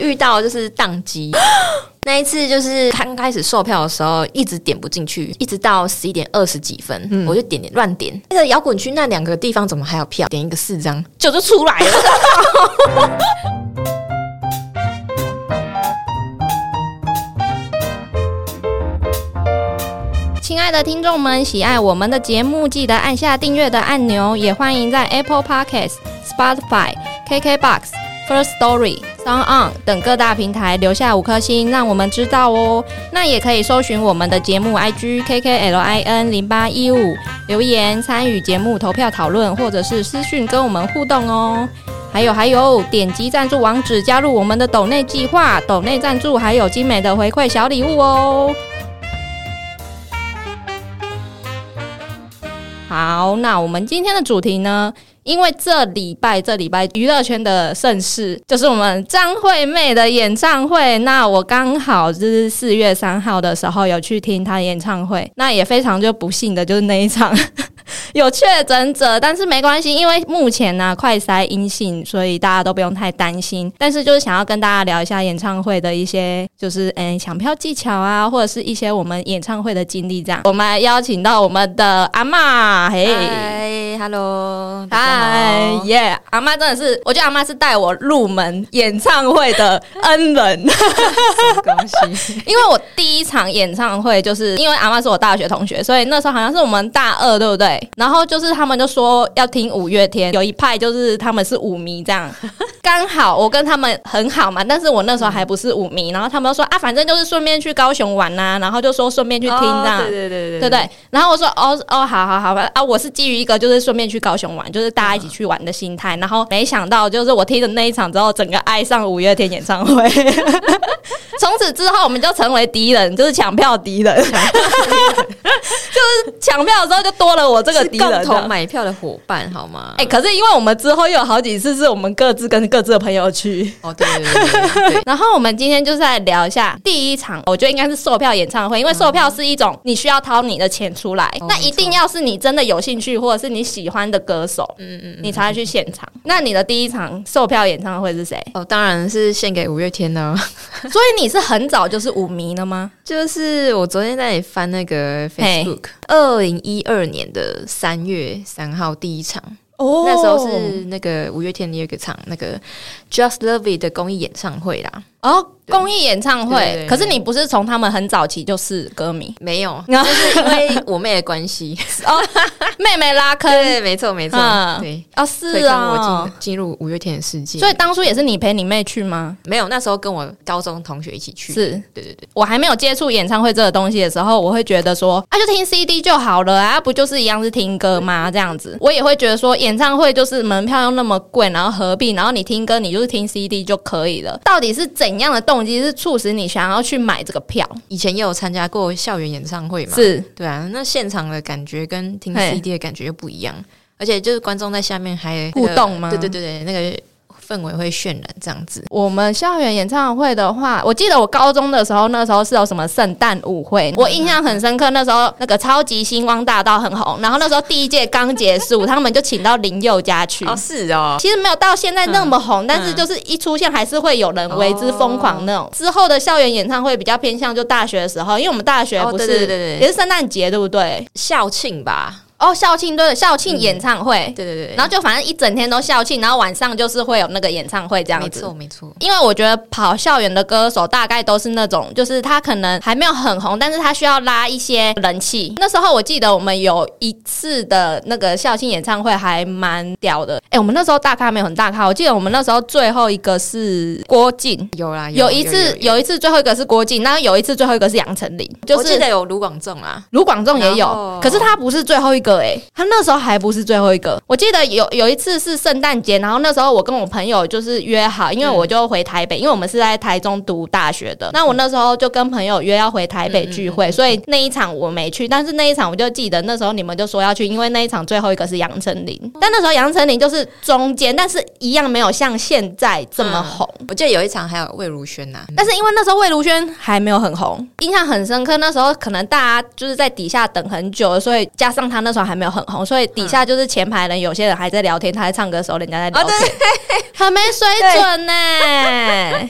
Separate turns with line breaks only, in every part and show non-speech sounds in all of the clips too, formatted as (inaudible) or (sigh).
遇到就是宕
(gasps)
机。那一次就是刚开始售票的时候，一直点不进去，一直到十一点二十几分，
嗯
我就点点乱点。那个摇滚区那两个地方怎么还有票？点一个四张，酒就出来了。 (laughs)
亲爱的听众们，喜爱我们的节目，记得按下订阅的按钮，也欢迎在 Apple Podcasts、Spotify、KKBox、First Story、Sound On 等各大平台留下五颗星，让我们知道哦。那也可以搜寻我们的节目 IG KKLIN 零八一五，留言参与节目投票讨论，或者是私讯跟我们互动哦。还有还有，点击赞助网址加入我们的抖内计划，抖内赞助还有精美的回馈小礼物哦。好，那我们今天的主题呢？因为这礼拜这礼拜娱乐圈的盛事就是我们张惠妹的演唱会，那我刚好就是四月三号的时候有去听她的演唱会，那也非常就不幸的就是那一场 (laughs) 有确诊者，但是没关系，因为目前呢、快筛阴性，所以大家都不用太担心。但是就是想要跟大家聊一下演唱会的一些，就是嗯抢票技巧啊，或者是一些我们演唱会的经历这样。我们来邀请到我们的阿嬷，嘿。哎
嗨，Hello，
嗨
大家好
耶！阿妈真的是，我觉得阿妈是带我入门演唱会的
(laughs)
恩人，
恭喜！
因为我第一场演唱会就是因为阿妈是我大学同学，所以那时候好像是我们大二，对不对？然后就是他们就说要听五月天，有一派就是他们是舞迷
(laughs)
这样，刚好我跟他们很好嘛，但是我那时候还不是舞迷，然后他们就说啊，反正就是顺便去高雄玩呐、然后就说顺便去听这样。
哦对对对
对不对？然后我说哦哦，好好好吧啊，我是基于一个就是顺便去高雄玩，就是大家一起去玩的心态。然后没想到就是我听了那一场之后，整个爱上五月天演唱会。
(laughs)
从此之后，我们就成为敌人，就是抢票敌
(laughs)
人。就是抢票的时候就多了我这个敌
是
人这
共
样。
同买票的伙伴好吗？
哎、可是因为我们之后又有好几次是我们各自跟各自的朋友去，
哦，对对对对
(laughs)
对
然后我们今天就是来聊一下第一场，我觉得应该是售票演唱会，因为售票是一种你需要掏你的钱出来，
哦
那一定要是你真的有兴趣或者是你喜欢的歌手，
嗯嗯嗯，
你才会去现场。那你的第一场售票演唱会是谁？
哦，当然是献给五月天
(laughs)
呢。
所以你是很早就是舞迷了吗？
就是我昨天在翻那个
嘿
Facebook，二零一二年的三月三号第一场，
哦
那时候是那个五月天第二个场那个 Just Love It 的公益演唱会啦。
哦公益演唱会，
对对对
可是你不是从他们很早期就是歌迷
没 (laughs) 有，就是因为我妹的关 (laughs) 系。
哦， (laughs) 妹妹拉坑
对，没错没错，
嗯
对，
哦，
推
是
动
啊、
我进进入五月天的世界。
所以当初也是你陪你妹去吗？
没有，那时候跟我高中同学一起去。
是，
对对对，
我还没有接触演唱会这个东西的时候，我会觉得说啊，就听 CD 就好了啊，不就是一样是听歌吗？这样子，我也会觉得说演唱会就是门票又那么贵，然后何必？然后你听歌，你就是听 CD 就可以了。到底是怎样的动机是促使你想要去买这个票？
以前也有参加过校园演唱会嘛。，
是
对啊，那现场的感觉跟听
嘿
CD 的感觉又不一样，而且就是观众在下面还、那个
互动吗
对对对对，那个氛围会渲染这样子。
我们校园演唱会的话，我记得我高中的时候，那时候是有什么圣诞舞会，我印象很深刻。那时候那个超级星光大道很红，然后那时候第一届刚结束，他们就请到林宥嘉去。
是哦，
其实没有到现在那么红，但是就是一出现还是会有人为之疯狂那种。之后的校园演唱会比较偏向就大学的时候，因为我们大学
哦
不是、
对对对对
也是圣诞节对不对？
校庆吧？
哦，校庆对校庆演唱会，
对对对，
然后就反正一整天都校庆，然后晚上就是会有那个演唱会这样
没
子
错。没错，
因为我觉得跑校园的歌手大概都是那种，就是他可能还没有很红，但是他需要拉一些人气。那时候我记得我们有一次的那个校庆演唱会还蛮屌的，哎、我们那时候大咖没有很大咖，哦我记得我们那时候最后一个是郭靖。
有啦，
啊有一次，有一次最后一个是郭靖，然后有一次最后一个是杨丞琳，就
我记
是
得有卢广仲啊，
卢广仲也
然后
有，可是他不是最后一个诶、他那时候还不是最后一个。我记得有有一次是圣诞节，然后那时候我跟我朋友就是约好，因
嗯
为我就回台北，因为我们是在台中读大学的。那我那时候就跟朋友约要回台北聚
嗯
会，所以那一场我没去，但是那一场我就记得那时候你们就说要去，因为那一场最后一个是杨丞琳，
哦
但那时候杨丞琳就是中间，但是一样没有像现在这
嗯
么红。
我记得有一场还有魏如萱呐、
但是因为那时候魏如萱还没有很红，印象很深刻。那时候可能大家就是在底下等很久，所以加上她那时候还没有很红，所以底下就是前排人有些人还在聊
哦
哦天，她在唱歌的时候人家在聊天，很没水准呢、那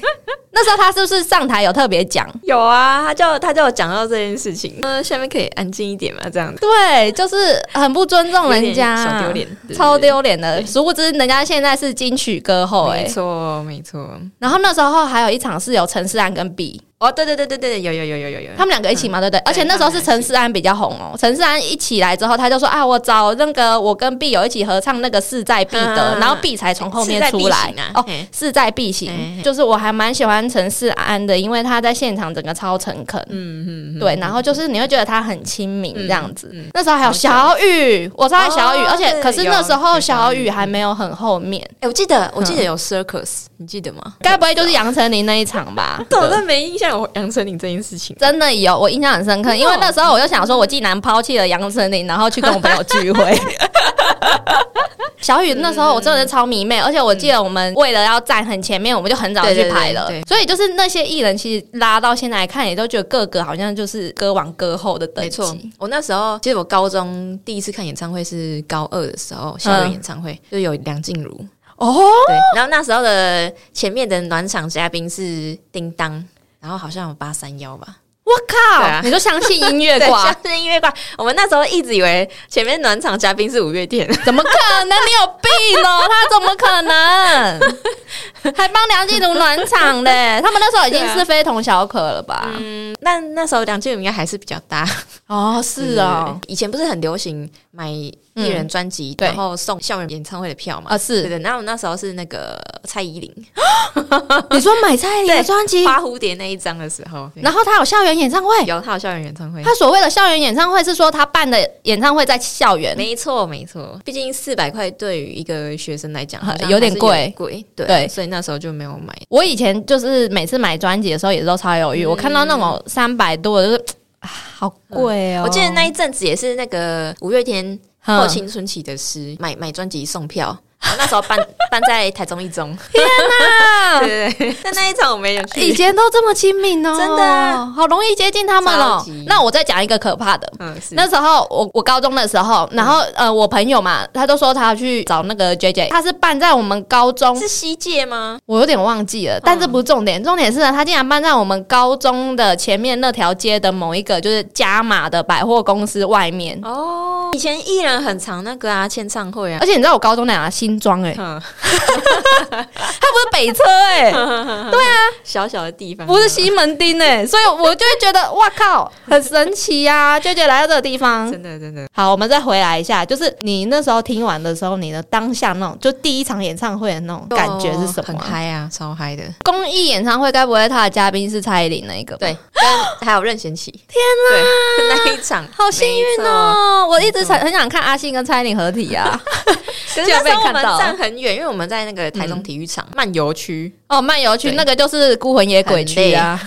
那时候他是不是上台有特别讲？
有啊，他就他就有讲到这件事情，呃，下面可以安静一点嘛，这样子
(laughs) 对，就是很不尊重人家，
有点小丢脸，对
超。丢脸的。殊不知人家现在是金曲歌后
对
哎、
没错，没错。
然后那时候还有一场是有陈思安跟 B，
哦，对对对对对，有有有有有有。
他们两个一起嘛，
嗯
对不对？而且那时候是陈思安比较红哦，陈思安一起来之后，他就说啊，我找那个我跟 B 有一起合唱那个势在必得，
嗯
然后 B 才从后面出
势在
来
必行啊
哦
嘿，
势在必行
嘿。嘿
就是我还蛮喜欢陈思安的，因为他在现场整个超诚恳，
嗯嗯嗯，
对，然后就是你会觉得他很亲民这样子。
嗯嗯
那时候还有小雨，我超爱小雨，
哦
而且
对
可是
有
那时候
有
小
小
雨
雨
还没有很后面，
哎，我记得我记得有 circus，你记得吗？
该不会就是杨丞琳那一场吧？
对，我真的没印象有杨丞琳这件事情。
真的有，我印象很深
哦
刻，因为那时候我就想说，我竟然抛弃了杨丞琳，然后去跟我朋友聚
(laughs)
会。小雨那时候我真的是超迷妹，
嗯
而且我记得我们为了要站很前面，我们就很早去排了。
对对对对
所以就是那些艺人，其实拉到现在来看，也都觉得各个好像就是歌王歌后的等
没错
级。，
我那时候其实我高中第一次看演唱会是高二的时候，校园演唱会、就有梁静茹
哦，
对，然后那时候的前面的暖场嘉宾是叮当，然后好像有八三幺吧，
(laughs) 我靠！
对啊
你就相信音
(laughs)
乐
对，
挂
像？是音乐挂。我们那时候一直以为前面暖场嘉宾是五月天，
怎么可能？你有病哦！他怎么可能？
(laughs)
还帮梁静茹暖场嘞？他们那时候已经
啊
是非同小可了吧？
嗯，那那时候梁静茹应该还是比较搭，
哦，是哦，
对，以前不是很流行买艺人专辑，
对
然后送校园演唱会的票嘛，
啊
对
是。
的。那我那时候是那个蔡依
(laughs)
林
你说
(laughs)
买蔡依林的专辑，
花蝴蝶那一张的时候，对
然后他有校园演唱会。
(laughs) 有她有校园演唱会，
他所谓的校园演唱会是说他办的演唱会在校园，
(laughs) 没错，没错，毕竟四百块对于一个学生来讲
呃
好像
有点
还是
贵
贵对啊，
对
所以那时候就没有买。
我以前就是每次买专辑的时候也都超犹豫，
嗯
我看到那种三百多的，就是啊好贵哦、
我记得那一阵子也是那个五月天
嗯
后青春期的诗，买买专辑送 (laughs) 票。然后那时候搬搬在台中一中，(laughs)
啊
对对对，但那一场我没有
以
去。
前都这么亲民哦、
真的啊
好容易接近他们哦、
超级
那我再讲一个可怕的。
嗯，是
那时候我我高中的时候，然后呃我朋友嘛，他都说他要去找那个 J J，他是办在我们高中
是西界吗？
我有点忘记了，但这不是重点，重点是呢，他竟然搬在我们高中的前面那条街的某一个就是加码的百货公司外面。
哦，以前艺人很常那个啊，签唱会啊
而，且你知道我高中在哪新庄 (laughs) 哎、欸，
嗯，
它不是北车哎、欸，
嗯 (laughs) 啊小小的地方，
(laughs)
啊
不是西门町哎、欸，所以我就会觉得哇 (laughs) 靠，很神奇呀、啊，就觉得来到这个地方。
真的真的。
好，我们再回来一下，就是你那时候听完的时候，你的当下那种就第一场演唱会的那种感觉是什
很
么啊、
嗨啊，超嗨的。
公益演唱会该不会他的嘉宾是蔡依林那一个吧？
对，跟还有任贤齐，天哪， (laughs) 那一场
好幸运！哦！我一直想很想看阿信跟蔡依林合
(laughs)
体啊。
没错可是那时候我们
就被看到
站很远，因为我们在那个台中体育场漫游区，
哦，漫游区
对
那个就是孤魂野鬼区啊。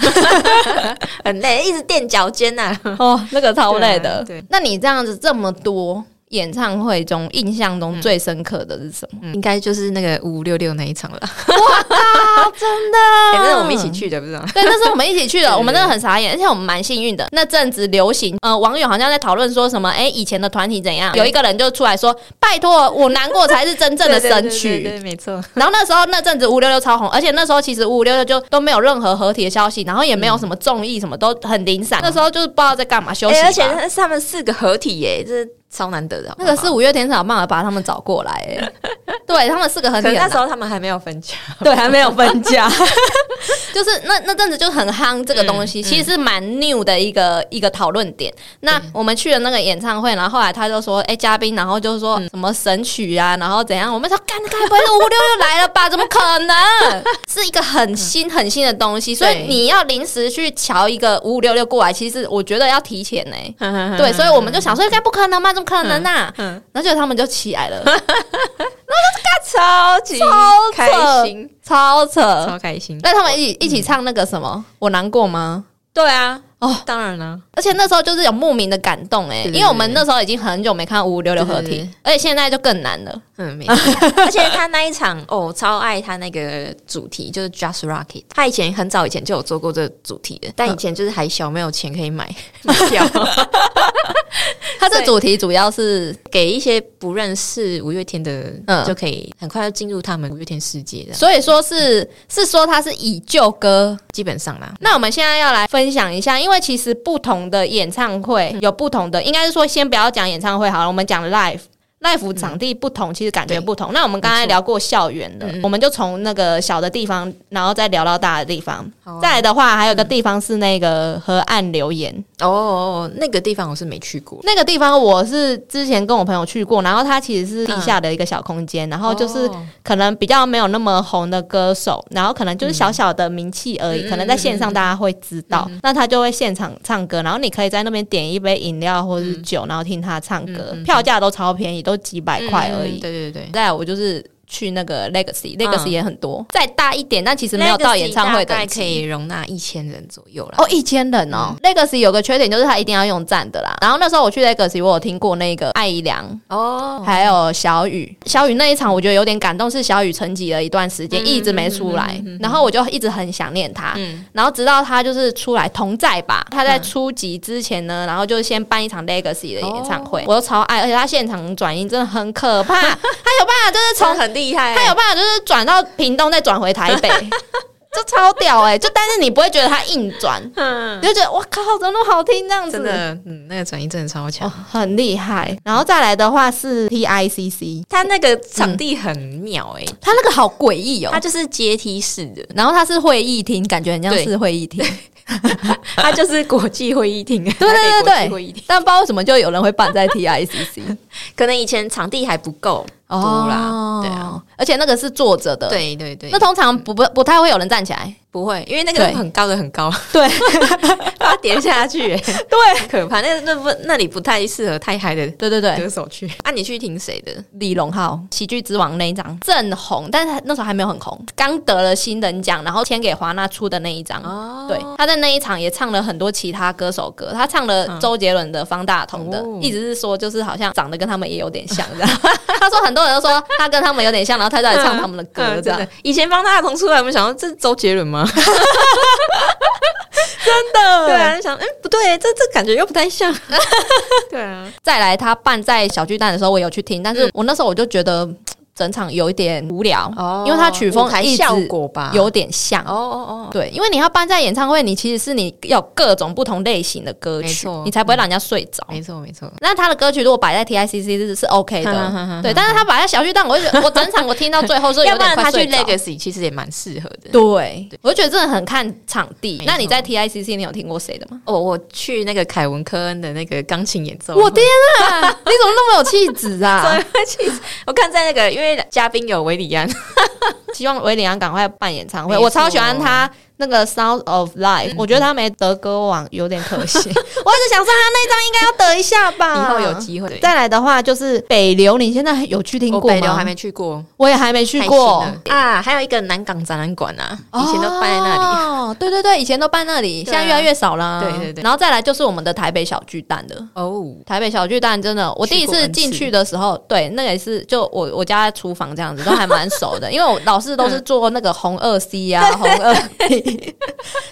(laughs) 很累，一直垫脚尖啊呐。
哦，那个超累的。
对啊对
那你这样子这么多演唱会中，印象中
嗯
最深刻的是什么？
应该就是那个五五六六那一场了，嗯
啊，真的，
反正我们一 (laughs) 起。去的，哎不是吗？
对，那是我们一起去
对
的，
对
我们真的很傻眼，而且我们蛮幸运的。那阵子流行，呃，网友好像在讨论说什么，哎，以前的团体怎样？有一个人就出来说：“拜托，我难过才是真正的神
(laughs) 对，
曲
对。对对”没错。
然后那时候那阵子五六六超红，而且那时候其实五五六六就都没有任何合体的消息，然后也没有什么综艺，什么都很零散。那时候就是不知道在干嘛休息吧、
哎，而且那是他们四个合体耶，这是超难得的。好不
那
好
个是，五月天才有办法把他们找过来、欸， (laughs) 对他们四个合
可
体
能那
很难
时候他们啊还没有分 (laughs) 家。
对还没有分
(laughs)
家，就是那那阵子就很夯这个
嗯
东西，其实是蛮 new 的一个一个讨论点。那我们去了那个演唱会，然后后来他就说，哎、嘉宾，然后就说
嗯
什么神曲啊，然后怎样，我们说干该不会是五六又来了吧？怎么可能？ (laughs) 是一个很新很新的东西，所以
嗯对
你要临时去瞧一个五五六六过来，其实我觉得要提前呢、对，
对
所以我们就
嗯
想说，应哎该不可能吧？怎么可能呐、然后就他们就起
(laughs)
来了，
超级
超扯
开心，
超扯。
超开心。嗯
那他们一起一起唱那个什么？我难过吗？
对啊，
哦，
当然啦，
而且那时候就是有莫名的感动哎、
对对
因为我们那时候已经很久没看五五六六合体，
对对对
而且现在就更难了。
嗯， (laughs) 没错。而且他那一场哦，超爱他那个主题，就是 Just Rocket。他以前很早以前就有做过这个主题的，但以前就是还小，没有钱可以买买 (laughs) 票，
它这
对
主题主要是
给一些不认识五月天的，
嗯
就可以很快就进入他们五月天世界的。
所以说是是说它是以旧歌。
基本上啦，
那我们现在要来分享一下，因为其实不同的演唱
嗯
会有不同的，应该是说先不要讲演唱会好了，我们讲 live。live
嗯
场地不同，其实感觉不同。那我们刚才聊过校园
嗯
的，我们就从那个小的地方，然后再聊到大的地方。
好啊
再来的话，还有个地方是那个河岸留言，
哦哦，哦那个地方我是没去过。
那个地方我是之前跟我朋友去过，然后它其实是地下的一个小空间，然后就是
哦
可能比较没有那么红的歌手，然后可能就是小小的名气而已，可能在线上大家会知道，那他就会现场唱歌，然后你可以在那边点一杯饮料或者是酒，然后听他唱歌，票价都超便宜，都几百块而已。嗯
嗯对对对。
再来我就是。去那个 Legacy，Legacy 也很多，再大一点，但其实没有到演唱会
Legacy 大
等
概
级
可以容纳一千人左右啦。
哦，一千人哦、l e g a c y 有个缺点就是它一定要用站的啦。然后那时候我去 Legacy，我有听过那个艾怡良。
哦，
还有小雨，小雨那一场我觉得有点感动，是小雨沉寂了一段时间，一直没出来，然后我就一直很想念他，然后直到他就是出来同在吧，他在初级之前呢，然后就先办一场 Legacy 的演唱会，我都超爱，而且他现场转音真的很可怕，他有办法就是从
从很厉害欸，
他有办法就是转到屏东，再转回台北，这超屌哎、就但是你不会觉得他硬转，你就觉得哇靠，怎么那么好听这样
嗯真
子，
的，嗯，那个转移真的超强
哦。，很厉害。然后再来的话是 TICC，
它那个场地很妙哎、欸，
他那个好诡异哦
它。就是阶梯式的，
然后它是会议厅，感觉很像
对
是会议厅，
它就是国际会议厅，对
(laughs) 对对对
会议厅
对。但不知道为什么就有人会办在 (laughs) TICC
可能以前场地还不够多
哦
啦，对啊，，
而且那个是坐着的，，
对对对，
那通常不不不太会有人站起来，
不会，因为那个
对
很高的很高， (laughs)
对
它跌下去、欸，
(laughs) 对
可怕。那那不那里不太适合太嗨的
对对对，
歌手去。啊，你去听谁的？
李荣浩《喜剧之王》那一张正红，但是他那时候还没有很红，刚得了新人奖，然后签给华纳出的那一张。
哦
对，他在那一场也唱了很多其他歌手歌，他唱了周杰伦的、方大同的，
嗯哦
一直是说就是好像长得跟他们也有点像这样。 (laughs) 他说很多人都说他跟他们有点像，然后他就来唱他们的歌
(laughs) 嗯
这
真
样。
的。以前帮大同出来，我们想说这是周杰伦
(laughs)
吗？
的
对啊，就想嗯不对，这这感觉又不太
(laughs)
像。对啊，
再来他办在小巨蛋的时候，我有去听，
嗯
但是我那时候我就觉得嘖整场有一点无聊，因为他曲风
哦舞台
一直
效果吧，
有点像。
哦哦哦，
对，因为你要办在演唱会，你其实是你有各种不同类型的歌
没
曲
错，嗯
你才不会让人家睡着。
没错没错。
那他的歌曲如果摆在 TICC 是是 OK
哼哼哼
的，
哼
对，但是他摆在小巨蛋，我就觉得我整场我听到最 (laughs) 后是有
要不
点
然
快
他去
睡着。
Legacy 其实也蛮适合的。
对，我就觉得真的很看场地
没。错
那你在 TICC 你有听过谁的吗？
我、哦我去那个凯文科恩的那个钢琴演奏，
我天啊， (laughs) 你怎么那么有气质 (laughs) 啊！
我看在那个，因为嘉宾有维里安，
希望维里安赶快办演唱
没
会，
错
我超喜欢他那个《Sound of Life》，我觉得他没得歌王有点可 (laughs) 惜。我一直想说他那张应该要得一下吧，
以后有机会。
再来的话就是北流，你现在有去听
我
过吗？
北流还没去过，
我也还没去过
太。新了啊！还有一个南港展览馆啊，以前都办在那里。
哦，对对对，以前都办那里，现
对啊
在越来越少啦。
对对对
然后再来就是我们的台北小巨蛋的。
哦，
台北小巨蛋真的，我第一次进去的时候，对，那个也是就我我家厨房这样子，都还蛮熟
(laughs)
的，因为我老是都是坐那个红二 C 呀、红二 D，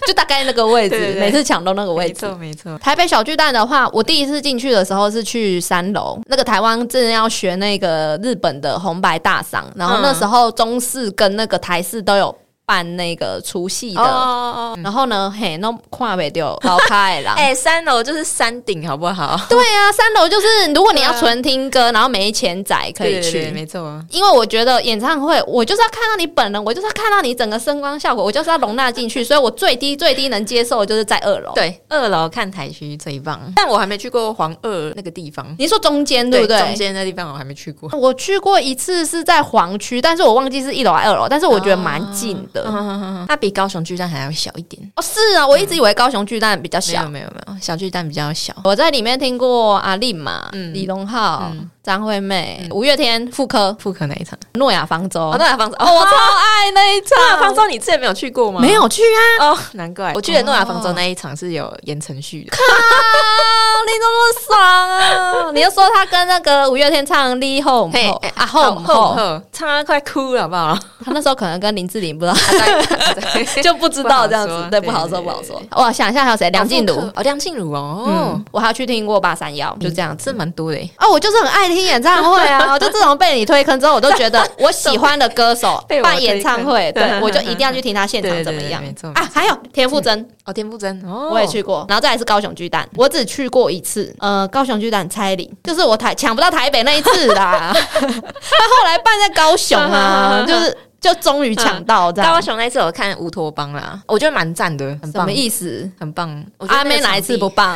就大概那个位置，
对对对
每次抢到那个位
没
置。
错没错。
台北小巨蛋的话，我第一次进去的时候是去三楼，那个台湾正要学那个日本的红白大赏，然后那时候中视跟那个台视都有办那个除夕的。
哦哦，
然后呢，嘿，那跨北丢老开啦。
哎、三楼就是山顶，好不好？
对啊，三楼就是如果你要纯听歌，然后没钱仔可以
对
去。
对对没错。
因为我觉得演唱会，我就是要看到你本人，我就是要看到你整个声光效果，我就是要容纳进去，所以我最低最低能接受的就是在二楼。，
对，二楼看台区最棒，但我还没去过黄二那个地方，
你说中间对不对？
中间那地方我还没去过。
我去过一次是在黄区，但是我忘记是一楼还是二楼，但是我觉得蛮近
啊
的。
嗯
哦
它比高雄巨蛋还要小一点。
是啊，我一直以为高雄巨蛋比较
没有
小。
没有没有，小巨蛋比较小。
啊
嗯
我在里面听过阿令嘛，李荣浩、张惠妹、五月天妇科、
妇科那一场，
诺亚方舟。
哦，诺亚方舟，
哦，我超爱那一
诺亚
场
方，舟，你之前没有去过吗？
没有去啊！
哦，
难怪
我记得诺亚方舟那一场是有言承旭的，
你怎么爽
(laughs)
啊？你就说他跟那个五月天唱《李后
嘿
后
哎》
啊后后，
后，唱到快哭了，好不好？
他那时候可能跟林志玲不知道，
(laughs) 对
(laughs) 就不知道这样
啊不好
子，
说对
对，不好说，
对
不好说。哇，想一下还有谁？梁静茹，
哦，梁静茹哦
嗯，，我还有去听过八三
嗯
幺，就这样子。
这蛮多的耶，
哦，我就是很爱听演唱会
(laughs)
啊！就自从被你推坑之后，我都觉得我喜欢的歌手
(laughs) 被我
办演唱会，
推坑 (laughs)
对我就一定要去听他现场怎么样
对对对没错
啊！还有田馥甄，
哦，田馥甄哦，
我也去过，然后再来是高雄巨蛋，我只去过一次。呃，高雄巨蛋蔡依林，就是我台抢不到台北那一次
(laughs)
啦，他后来办在高雄啊，就是就终于抢到
(laughs)
这
高
样，
雄那一次我看乌托邦啦，我觉得蛮赞的，很
什
棒
么，意思？
很棒。我觉得
阿
那个
妹啊哪一次
场地
不？棒？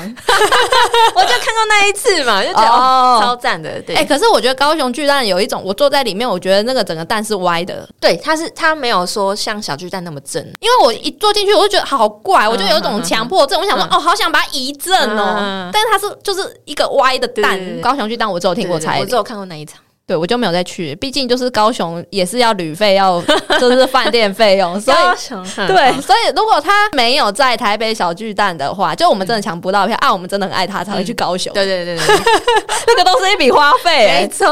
我就看过那一次嘛，就觉得
哦
哦超赞的。
哎、
对
可是我觉得高雄巨蛋有一种，我坐在里面，我觉得那个整个蛋是歪的，
对，他是他没有说像小巨蛋那么正，
因为我一坐进去，我就觉得好怪，我就有一种
嗯
强迫症，我想说，哦，好想把它移正哦
嗯，
但是它是就是一个歪的蛋
对对。对
高雄巨蛋我只有听过
对对对
才
我只有看过那一场。
对我就没有再去，毕竟就是高雄也是要 (laughs) 旅费，要就是饭店
(laughs)
费用，所以。
雄
对，所以如果他没有在台北小巨蛋的话，就我们真的抢不到票、啊，我们真的很爱他才会去高雄，
嗯对对对对对，
那个都是一笔花费、欸
没错，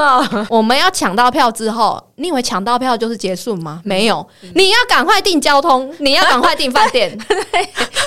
我们要抢到票之后，你以为抢到票就是结束
嗯
吗？没有，你要赶快订交通，你要赶快订
(laughs)
饭店，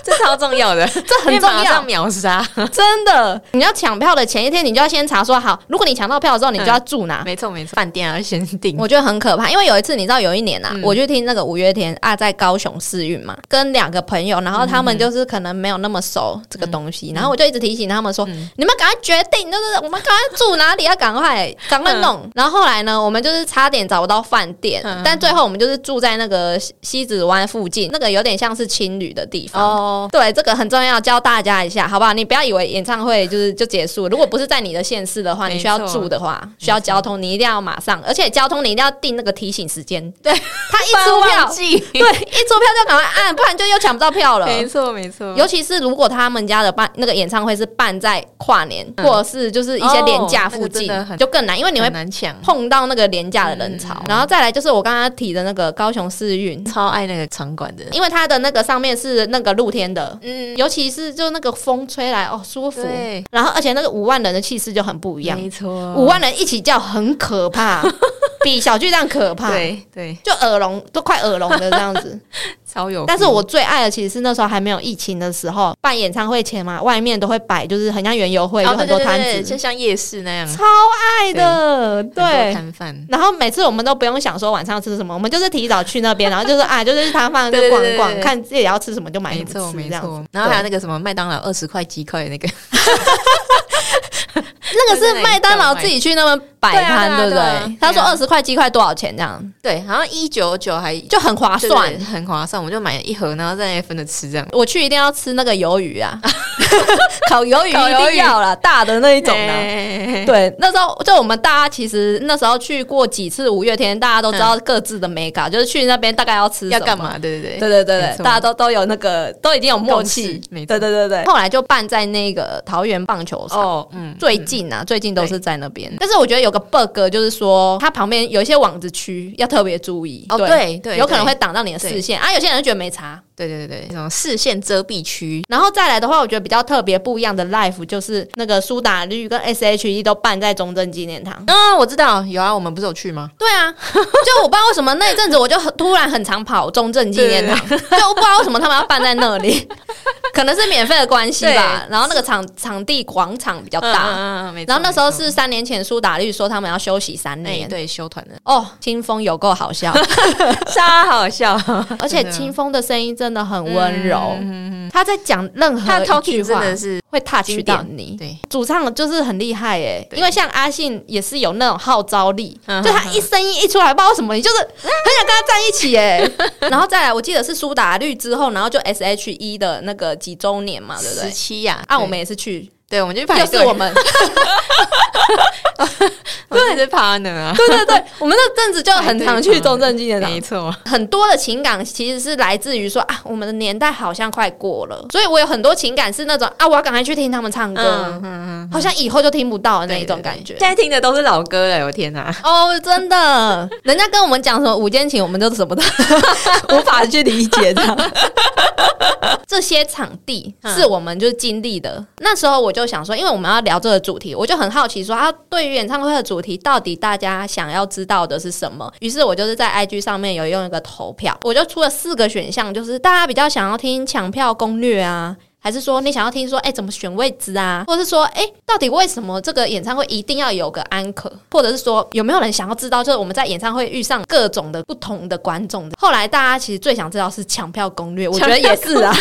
这超重要的，
这 (laughs) 很
因
重
为马
要
上，秒
(laughs)
杀，
真的。你要抢票的前一天，你就要先查说好，如果你抢到票之后，你就要住哪。
没错没错，饭店要先订。
我觉得很可怕，因为有一次你知道，有一年
嗯
呐、啊，我去听那个五月天啊，在高雄试运嘛，跟两个朋友，然后他
嗯
们就是可能没有那么熟这个东西，然后我就一直提醒他们说，
嗯
你们赶快决定，就是我们赶快住哪里，要赶快赶快弄。然后后来呢，我们就是差点找不到饭店，
嗯
但最后我们就是住在那个西西子湾附近，那个有点像是青旅的地方。
哦，
对，这个很重要，教大家一下，好不好？你不要以为演唱会就是就结束，如果不是在你的县市的话，
没错
你需要住的话，需要交通，你一定要马上，而且交通你一定要定那个提醒时间。对，他一出票，
票，
对，一出票就赶快按，不然就又抢不到票了。
(laughs)
(laughs)
没错没错，
尤其是如果他们家的办那个演唱会是办在跨年，或者是就是一些廉价附近，
哦那个真的很
就更难，因为嗯你会
很难抢，
碰到那个廉价的人潮。然后再来就是我刚刚提的那个高雄市运，
超爱那个场馆的，
因为它的那个上面是那个露天的，
嗯，
尤其是就那个风吹来，哦，舒服。
对
然后，而且那个五万人的气势就很不一样，
没错，
五万人一起叫很
(laughs)
可怕，比小巨蛋可怕。
对对，
就耳聋，都快耳聋的这样
(laughs)
子。
超有 feel。
但是我最爱的其实是那时候还没有疫情的时候，办演唱会前嘛，外面都会摆，就是很像园游会，有
哦
很多
对对
摊
对对
子，
就像夜市那样，
超爱的，
很多
对。
摊贩，
然后每次我们都不用想说晚上要吃什么，我们就是提早去那边，然后就是啊，就是去摊贩就
对对
逛
对对
逛，
对
看自己要吃什么就买什
没
么
错
吃
没
这样
错
子。。
然后还
对
有那个什么麦当劳二十块鸡块那个，
那个是麦当劳自己去那边摆摊，对
对啊
不
对啊对
对
啊？
他说二十块鸡块多少钱这样，
对，好像一九九还
就很划
对
算
对。很划算，我就买了一盒，然后在那分着吃这样。
我去一定要吃那个鱿鱼
(laughs)
啊，烤鱿鱼
烤
一
鱿鱼
定要啦，大的那一种的。
的，
对，那时候就我们大家其实那时候去过几次五月天，大家都知道各自的美感，就是去那边大概要吃
嗯要
什么
干？嘛？对对哦
对对对对
没，错
大家都都有那个都已经有默契
共识，没错
对对对对。后来就办在那个桃园棒球场。
哦，嗯，
最近啊，最近都是在那边。但是我觉得有个 bug，就是说它旁边有一些网子区要特别注意
哦对对
有可能
对
会挡到你的视线啊。有些人就觉得没差。
对对对对，那种视线遮蔽区，
然后再来的话，我觉得比较特别不一样的 life 就是那个苏打绿跟 S.H.E 都办在中正纪念堂。
嗯，我知道，有啊，我们不是有去吗？
对啊， (laughs) 就我不知道为什么那一阵子我就很突然很常跑中正纪念 (laughs) 堂，就我不知道为什么他们要办在那 (laughs) 里，可能是免费的关系吧。然后那个场场地广场比较大，
嗯嗯嗯没错
然后那时
没
候
错
是三年前苏打绿说他们要休息三
哎
年，
对修团的，
哦，清风有够
(laughs)
好笑，
超好笑，
而
真
且
的嗯
清风的声音真的很温柔，他在讲任
他
何
t a l
一
k i
句
n 真
话
的是
会 touch
经典
到你。
对，
主唱就是很厉害耶、
对
因为像阿信也是有那种号召力，
嗯
就他一声音一出来，不知道为什么，你就是很想跟他在一
(laughs)
起耶、然后再来，我记得是苏打绿之后，然后就 S H E 的那个几周年嘛，对不
十
对？
七呀，
啊，
对
我们也是去，
对，我们就排
又
队，
是我
(laughs)
们，
对，是 partner (laughs) 啊，
对对对，我们那阵子就很常去
嗯
中正纪念堂
没，错，
很多的情感其实是来自于说啊，我们的年代好像快过了，所以我有很多情感是那种啊，我要赶快去听他们唱歌，
嗯嗯嗯，
好像以后就听不到的那一种
对对对
感觉。
现在听的都是老歌了，我天 (laughs) 哪，
哦，真的，人家跟我们讲什么午间情，我们就什么的无法去理解
(laughs)
的。这些场地是我们就是经历的。那时候我就想说，因为我们要聊这个主题，我就很好奇说，啊，对于演唱会的主题，到底大家想要知道的是什么？于是我就是在 IG 上面有用一个投票，我就出了四个选项，就是大家比较想要听抢票攻略啊。还是说你想要听说，哎、怎么选位置啊？或者是说，哎、到底为什么这个演唱会一定要有个安可？或者是说，有没有人想要知道，就是我们在演唱会遇上各种的不同的观众的？后来大家其实最想知道是抢票攻略，我觉得也是啊，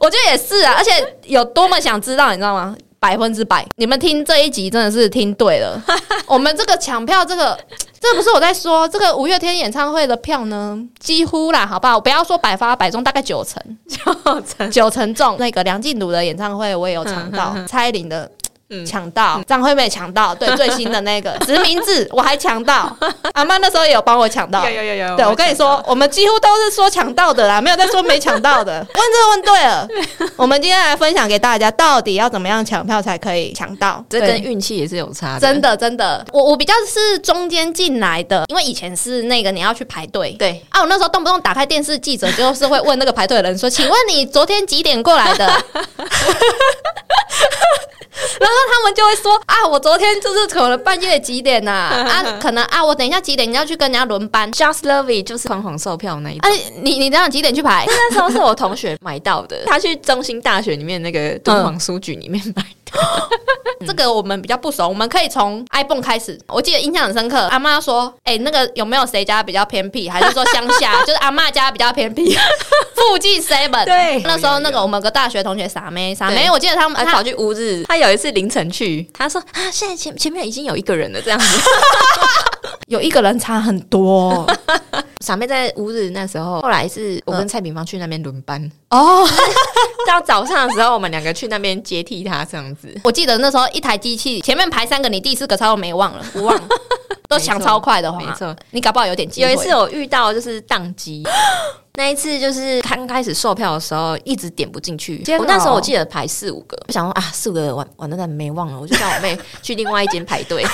我觉得也是
(laughs)
啊，而且有多么想知道，你知道吗？百分之百，你们听这一集真的是听对
(laughs)
了。我们这个抢票，这个这不是我在说，这个五月天演唱会的票呢，几乎啦，好不好？不要说百发百中，大概九成。
就真
九成中那个梁静茹的演唱会，我也有抢到，
嗯嗯嗯
蔡依林的。
嗯
抢到张惠妹抢到，对最新的那
(laughs)
个实名制我还抢到，阿妈那时候也有帮我抢到。
有有有
对，我跟你说，哦我们几乎都是说抢到的啦，没有在说没抢到 (laughs) 的。问这个问对了，我们今天来分享给大家，到底要怎么样抢票才可以抢到？
这
对
跟运气也是有差的，
真的真的，我我比较是中间进来的，因为以前是那个你要去排队，
对，
啊，我那时候动不动打开电视，记者就是会问那个排队的人说：“请问你昨天几点过来的？” (laughs) 然后他们就会说：“啊，我昨天就是可能半夜几点呐、啊？可能啊，我等一下几点你要去跟人家轮班
Just Love It 就是狂狂售票那一
啊？你你等下几点去 (laughs) 排？
那时候是我同学买到的， (laughs) 他去中兴大学里面那个敦煌书局里面买的。嗯
这个我们比较不熟，我们可以从 iPhone 开始。我记得印象很深刻，阿妈说：‘哎、那个有没有谁家比较偏僻，还是说乡
(laughs)
下？就是阿妈家比较偏僻，附近 seven。’
对
那时候那
有有
个
有
我们有个大学同学傻妹傻妹，
对
我记得他们
还
她
跑去乌日，他有一次凌晨去，他说啊，现在前前面已经有一个人了，这样子。
有一个人差很多
(laughs)
哦，
傻妹在乌日那时候，后来是我跟蔡炳芳去那边轮班，
哦
到早上的时候我们两个去那边接替他，这样 (laughs) 子。
我记得那时候一台机器前面排三个，你第四个超我
(laughs)
没忘了，不忘了都抢超快的话，
没错，
你搞不好有点机
有
会。
一次我遇到就是宕 (gasps) 机。那一次就是刚开始售票的时候，一直点不进去。
天啊
我那时候我记得排四五个，我想说啊，四五个完完蛋蛋没忘了，我就叫我妹去另外一间排 (laughs) 队，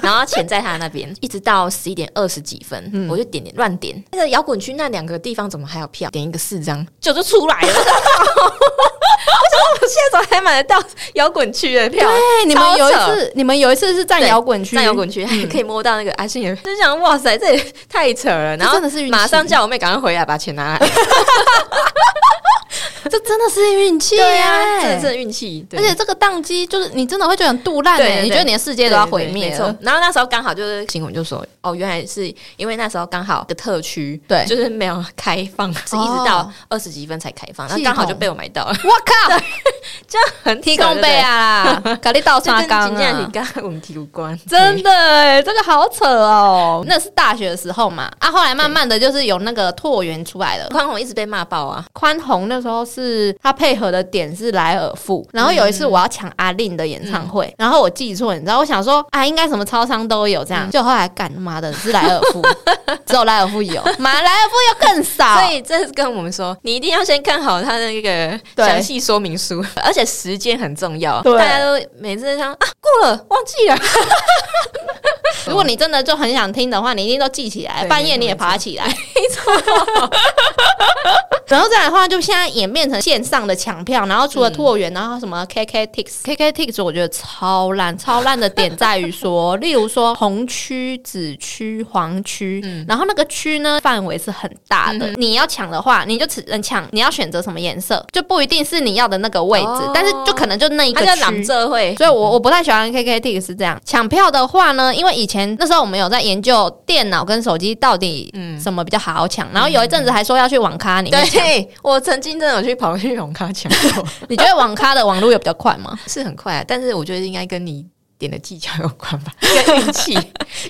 然后钱在她那边，一直到十一点二十几分，我就点点乱点。那个摇滚区那两个地方怎么还有票？点一个四张，
酒就出来了，
我 (laughs) 现在怎么还买得到摇滚区的票？
(laughs) 对，你们
超
有一
扯
次，你们有一次是在
对
摇滚区，嗯
在摇滚区还可以摸到那个阿啊信的，就想哇塞，这也太扯了。然后
真的是运气
马上叫我妹赶快回来把钱拿
(laughs)
来。
这真的是运气
对
呀
啊，，这是运气。对
而且这个宕机就是你真的会觉得很杜烂
对
欸，
对
你觉得你的世界都要毁灭
对对对没
了
错。然后那时候刚好就是新闻就说，哦，原来是因为那时候刚好的特区
对哦
就是没有开放，是一直到二十几分才开放，然后刚好就被我买到了，
(laughs) 我靠，
很
(laughs) 提供杯！
(laughs)
啊啦，搞你倒
这
沙
跟
缸
请假
啊
你。跟我们提无关，
真的欸，这个好扯哦！那是大学的时候嘛，啊，后来慢慢的就是有那个拓元出来了
(laughs) 对。宽宏一直被骂爆啊！
宽宏那时候是他配合的点是莱尔富，然后有一次我要抢阿令的演唱会，然后我记错，你知道，我想说啊，应该什么超商都有这样，就后来干妈的是莱尔 (laughs) 富，只有莱尔富有，买莱尔富又更少，
所以这是跟我们说，你一定要先看好它的那个
对
详细说明书，而且时间很重要。
对
大家都每次都想啊，过了，忘记了。
如果你真的就很想听的话，你一定都记起来，
对
半夜你也爬起来，没错。然后再来的话，就现在演变成线上的抢票，然后除了拓元，然后什么 KKTix，KKTix 我觉得超烂，超烂的点在于说，例如说红区、紫区、黄区，然后那个区呢范围是很大的，你要抢的话，你就只能抢，你要选择什么颜色，就不一定是你要的那个位置，
哦
但是就可能就那一个
它
区。
叫朗社会，
所以我我不太喜欢 KKTix 是这样。抢票的话呢，因为以前那时候我们有在研究电脑跟手机到底
嗯
什么比较好抢，然后有一阵子还说要去网咖里面抢。
对我曾经真的有去跑去红咖抢过， (laughs)
你觉得网咖的网络有比较快吗？
是很快啊，但是我觉得应该跟你点的技巧有关吧， (laughs) 跟运气，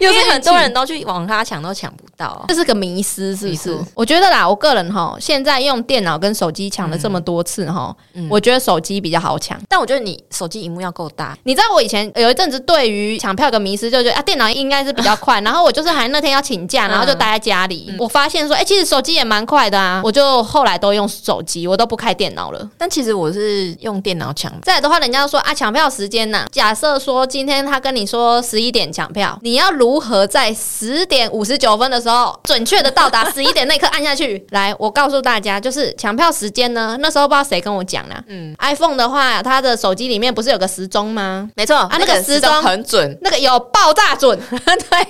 因为很多人都去网咖抢都抢不到。
(laughs) 这是个迷思，是不
迷
是
思？
我觉得啦，我个人哈，现在用电脑跟手机抢了这么多次哈，我觉得手机比较好抢。
但我觉得你手机荧幕要够大，
你知道我以前有一阵子对于抢票有个迷思，就觉得啊，电脑应该是比较快。然后我就是还那天要请假，然后就待在家里，我发现说，哎、其实手机也蛮快的啊。我就后来都用手机，我都不开电脑了。
但其实我是用电脑抢的，
再来的话，人家说啊，抢票时间呐、假设说今天他跟你说十一点抢票，你要如何在十点五十九分的时候准确的到达十一点那一刻按下去？来，我告诉大家，就是抢票时间呢，那时候不知道谁跟我讲啦、嗯，iPhone 的话，它的手机里面不是有个时钟吗？
没错
啊那个时钟
很准，
那个有爆
(laughs)
炸准，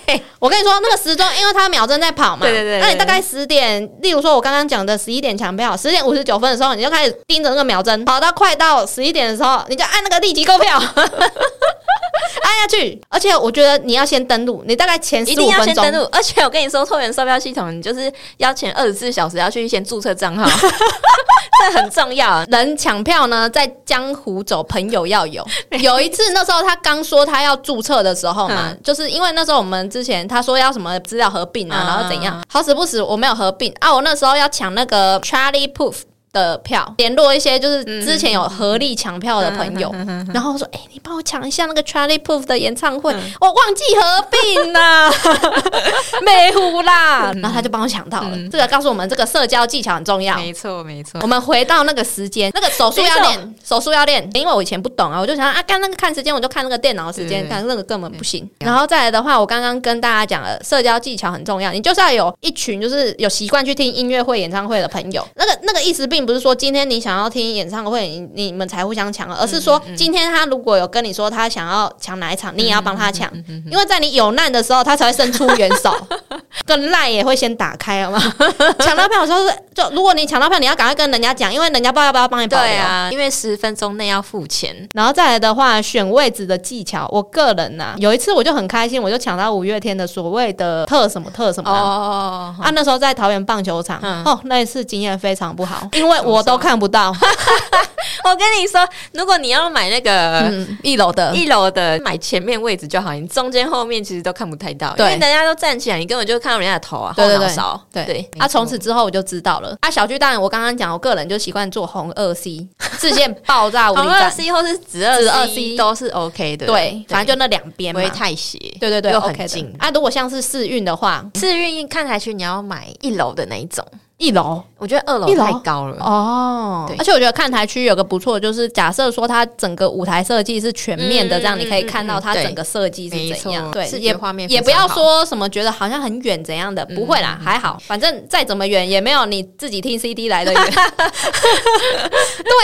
对我跟你说，那个时钟，因为它秒针在跑嘛，
对对对对
那你大概十点，例如说我刚刚讲的十一点抢票，十点五十九分的时候，你就开始盯着那个秒针，跑到快到十一点的时候，你就按那个立即购票， (laughs) 按下去。而且我觉得你要先登录，你大概前
一
十
定
五
要
分
先登
钟。
录。而且我跟你说，拓元售票系统，你就是要前二十四小时要去先注册账
(laughs)
号，这很重要。
呃人抢票呢，在江湖走，朋友要有。有一次，那时候他刚说他要注册的时候嘛，就是因为那时候我们之前他说要什么资料合并啊，
嗯
然后怎样，好死不死我没有合并啊，我那时候要抢那个 Charlie Puth。的票联络一些就是之前有合力抢票的朋友，然后我说：“哎、你帮我抢一下那个 Charlie Puth 的演唱会，我忘记合并啦， (laughs) 美糊啦。”然后他就帮我抢到了。这个告诉我们，这个社交技巧很重要。
错，没错
我们回到那个时间，那个手速要练，手速要练，因为我以前不懂啊，我就想啊，干那个看时间，我就看那个电脑时间，
对
看那个根本不行。然后再来的话，我刚刚跟大家讲了，社交技巧很重要，你就是要有一群就是有习惯去听音乐会、演唱会的朋友。那个那个意思，并不是说今天你想要听演唱会，你你们才互相抢，啊
嗯
而是说今天他如果有跟你说他想要抢哪一场，你也要帮他
嗯
抢，因为在你有难的时候，他才会伸出援手。跟赖也会先打开，好吗？ (laughs) 抢到票的时候是，就如果你抢到票，你要赶快跟人家讲，因为人家不知道要不要帮你保留。
对啊，因为十分钟内要付钱，
然后再来的话，选位置的技巧，我个人呐、有一次我就很开心，我就抢到五月天的所谓的特什么特什么、啊。
哦，
啊，那时候在桃园棒球场，
嗯
哦，那一次经验非常不好，因为我都看
(laughs)
不到，
我跟你说，如果你要买那个
嗯，一楼 (laughs) 的，
一楼的，买前面位置就好，你中间后面其实都看不太到，因
对
为大家都站起来，你根本就看到人家的头啊，
对
后
对
脑
对
勺，对。
啊，从此之后我就知道了。啊，小巨蛋，我刚刚讲，我个人就习惯坐红二 C，视 (laughs) 线爆炸无
红
力
哦二
感，
C 或是紫二
紫二 C
C 都是 OK 的，
对，反正就那两边
不
嘛
会，太斜，
对对对
又
，OK
很
的
近。
啊，如果像是试运的话，
是愿意看台区，你要买一楼的那一种，
一楼
我觉得二楼
一楼
太高了，
哦
对
而且我觉得看台区有个不错，就是假设说它整个舞台设计是全面的，
嗯
这样你可以
嗯嗯
看到它整个设计是怎样。
没错
对，
视觉
也
画面非
也
常
不要
好嗯
说什么觉得好像很远怎样的，不会啦，还好，反正再怎么远也没有你自己听 CD 来的 (laughs) 远。对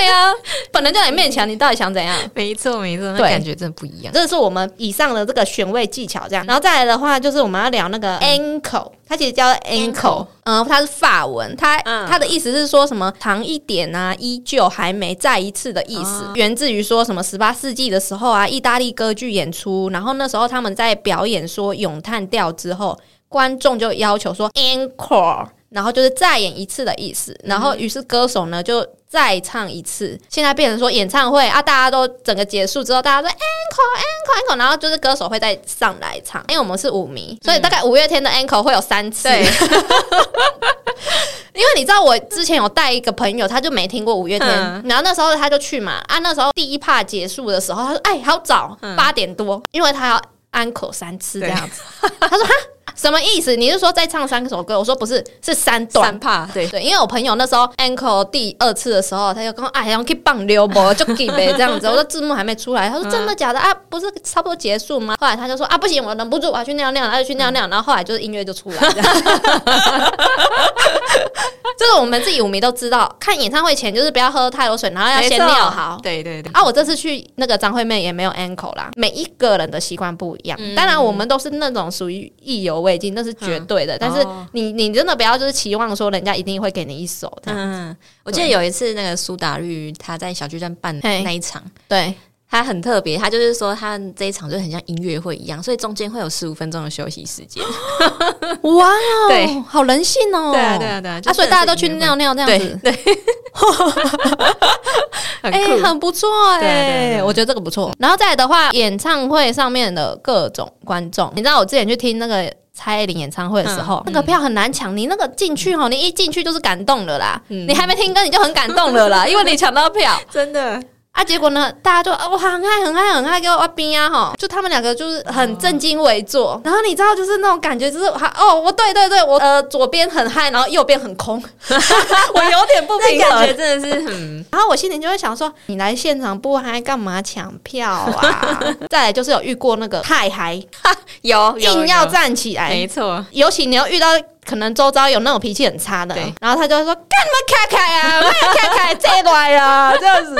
啊，本来就在你面前，你到底想怎样？
没错没错，那
对
感觉真的不一样。
这是我们以上的这个选位技巧，这样，然后再来的话就是我们要聊那个 ankle，它其实叫 ankle，
ankle
嗯、它是法文，它、
嗯
它的意思是说什么长一点啊，依旧还没再一次的意思，源自于说什么十八世纪的时候啊，意大利歌剧演出，然后那时候他们在表演说咏叹调之后，观众就要求说 encore，然后就是再演一次的意思。然后于是歌手呢就再唱一次。现在变成说演唱会啊，大家都整个结束之后，大家说 encore encore encore，然后就是歌手会再上来唱。因为我们是舞迷，所以大概五月天的 encore 会有三次。
嗯对
(laughs) 因为你知道，我之前有带一个朋友，他就没听过五月天，
嗯
然后那时候他就去嘛，啊，那时候第一趴结束的时候，他说：“哎，好早，八点多，因为他要安口三次
嗯
这
对 (laughs)
样子。”他说：“哈，什么意思？你是说再唱三首歌？”我说：“不是，是三段。”
三怕对，
对，因为我朋友那时候 ankle 第二次的时候，他就跟我哎，然后可以棒溜不就给呗这样子。我说字幕还没出来，
嗯
他说真的假的啊？不是差不多结束吗？后来他就说啊，不行，我忍不住，我要去尿尿，他就去尿
嗯
尿，然后后来就是音乐就出来这样。 (laughs) 这个我们自己舞迷都知道，看演唱会前就是不要喝太多水，然后要先
没错
尿好。
对对对，
啊，我这次去那个张惠妹也没有 ankle 啦，每一个人的习惯不一样。当然，我们都是那种属于意犹未尽，那是绝对的。但是
哦
你你真的不要就是期望说人家一定会给你一首这样。
嗯，我记得有一次那个苏打绿他在小巨蛋办
嘿
那一场。
(laughs) 对，
他很特别，他就是说，他这一场就很像音乐会一样，所以中间会有十五分钟的休息时 (laughs) 间。
哇哦，
对
好人性哦。
对啊对啊对啊就
啊，所以
真的是
大家都去
音乐会
尿尿这样子。
对，
哎、很不错哎、
对啊对啊对啊
我觉得这个不错。然后再来的话，演唱会上面的各种观众，你知道我之前去听那个。蔡依林演唱会的时候，
嗯
那个票很难抢。你那个进去吼，你一进去就是感动了啦。
嗯
你还没听歌你就很感动
(laughs)
了啦，因为你抢到票
真的，
啊。结果呢，大家就啊哇很爱很爱很爱给我挖冰啊吼，就他们两个就是很正襟危坐。
嗯
然后你知道就是那种感觉，就是哈哦，我对对对，我呃左边很嗨，然后右边
(laughs)
很空，我有点不
那
平衡
感。觉真的是嗯很
然后我心里就会想说，你来现场不嗨，干嘛抢票
(laughs)
啊？再来就是有遇过那个太嗨，
(laughs) 有有
硬要
有
站起来
没，错，
尤其你要遇到可能周遭有那种脾气很差的
对，
然后他就会说干嘛卡卡
(laughs)
呀，我也卡卡这来呀，这样子。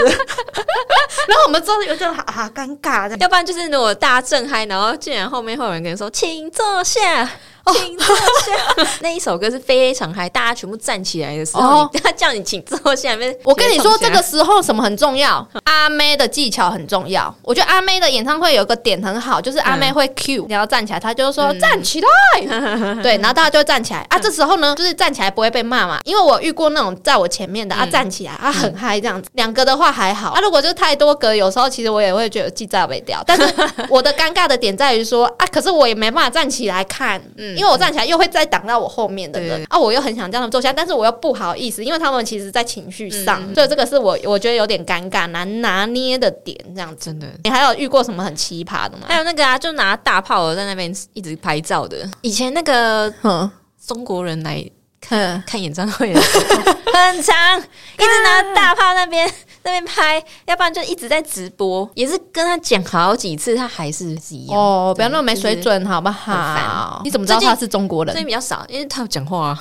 然后我们周围就好好尴尬这样。
要不然就是如果大家正嗨，然后竟然后面会有人跟你说“请坐下”。
哦
请坐下。那一首歌是非常嗨，大家全部站起来的时候
哦，
你 (laughs) 他叫你请坐下。那
我跟你说，
直接
这
冲下
个时候什么很重要？阿妹的技巧很重要。我觉得阿妹的演唱会有个点很好，就是阿妹会 cue 你要站起来，她就说站起来，对，然后大家就会站起来啊。这时候呢，就是站起来不会被骂嘛，因为我遇过那种在我前面的啊，站起来啊，很嗨这样子。两个的话还好啊，如果就是太多个，有时候其实我也会觉得记在被掉。但是我的尴尬的点在于说啊，可是我也没办法站起来看，因为我站起来又会再挡到我后面的人
对
啊，我又很想叫他们坐下，但是我又不好意思，因为他们其实在情绪上，所以这个是我我觉得有点尴尬难拿捏的点，这样子。
真的。
你还有遇过什么很奇葩的吗？
还有那个啊，就拿大炮在那边一直拍照的。以前那个
哼，
中国人来看看演唱会的时候，很长，一直拿大炮那边那边拍，要不然就一直在直播，也是跟他讲好几次，他还是是一样。
哦，
对
不要那么没水。
就是
准，好不
很
好
烦？
你怎么知道他是中国人
所以？比较少，因为他有讲话、啊，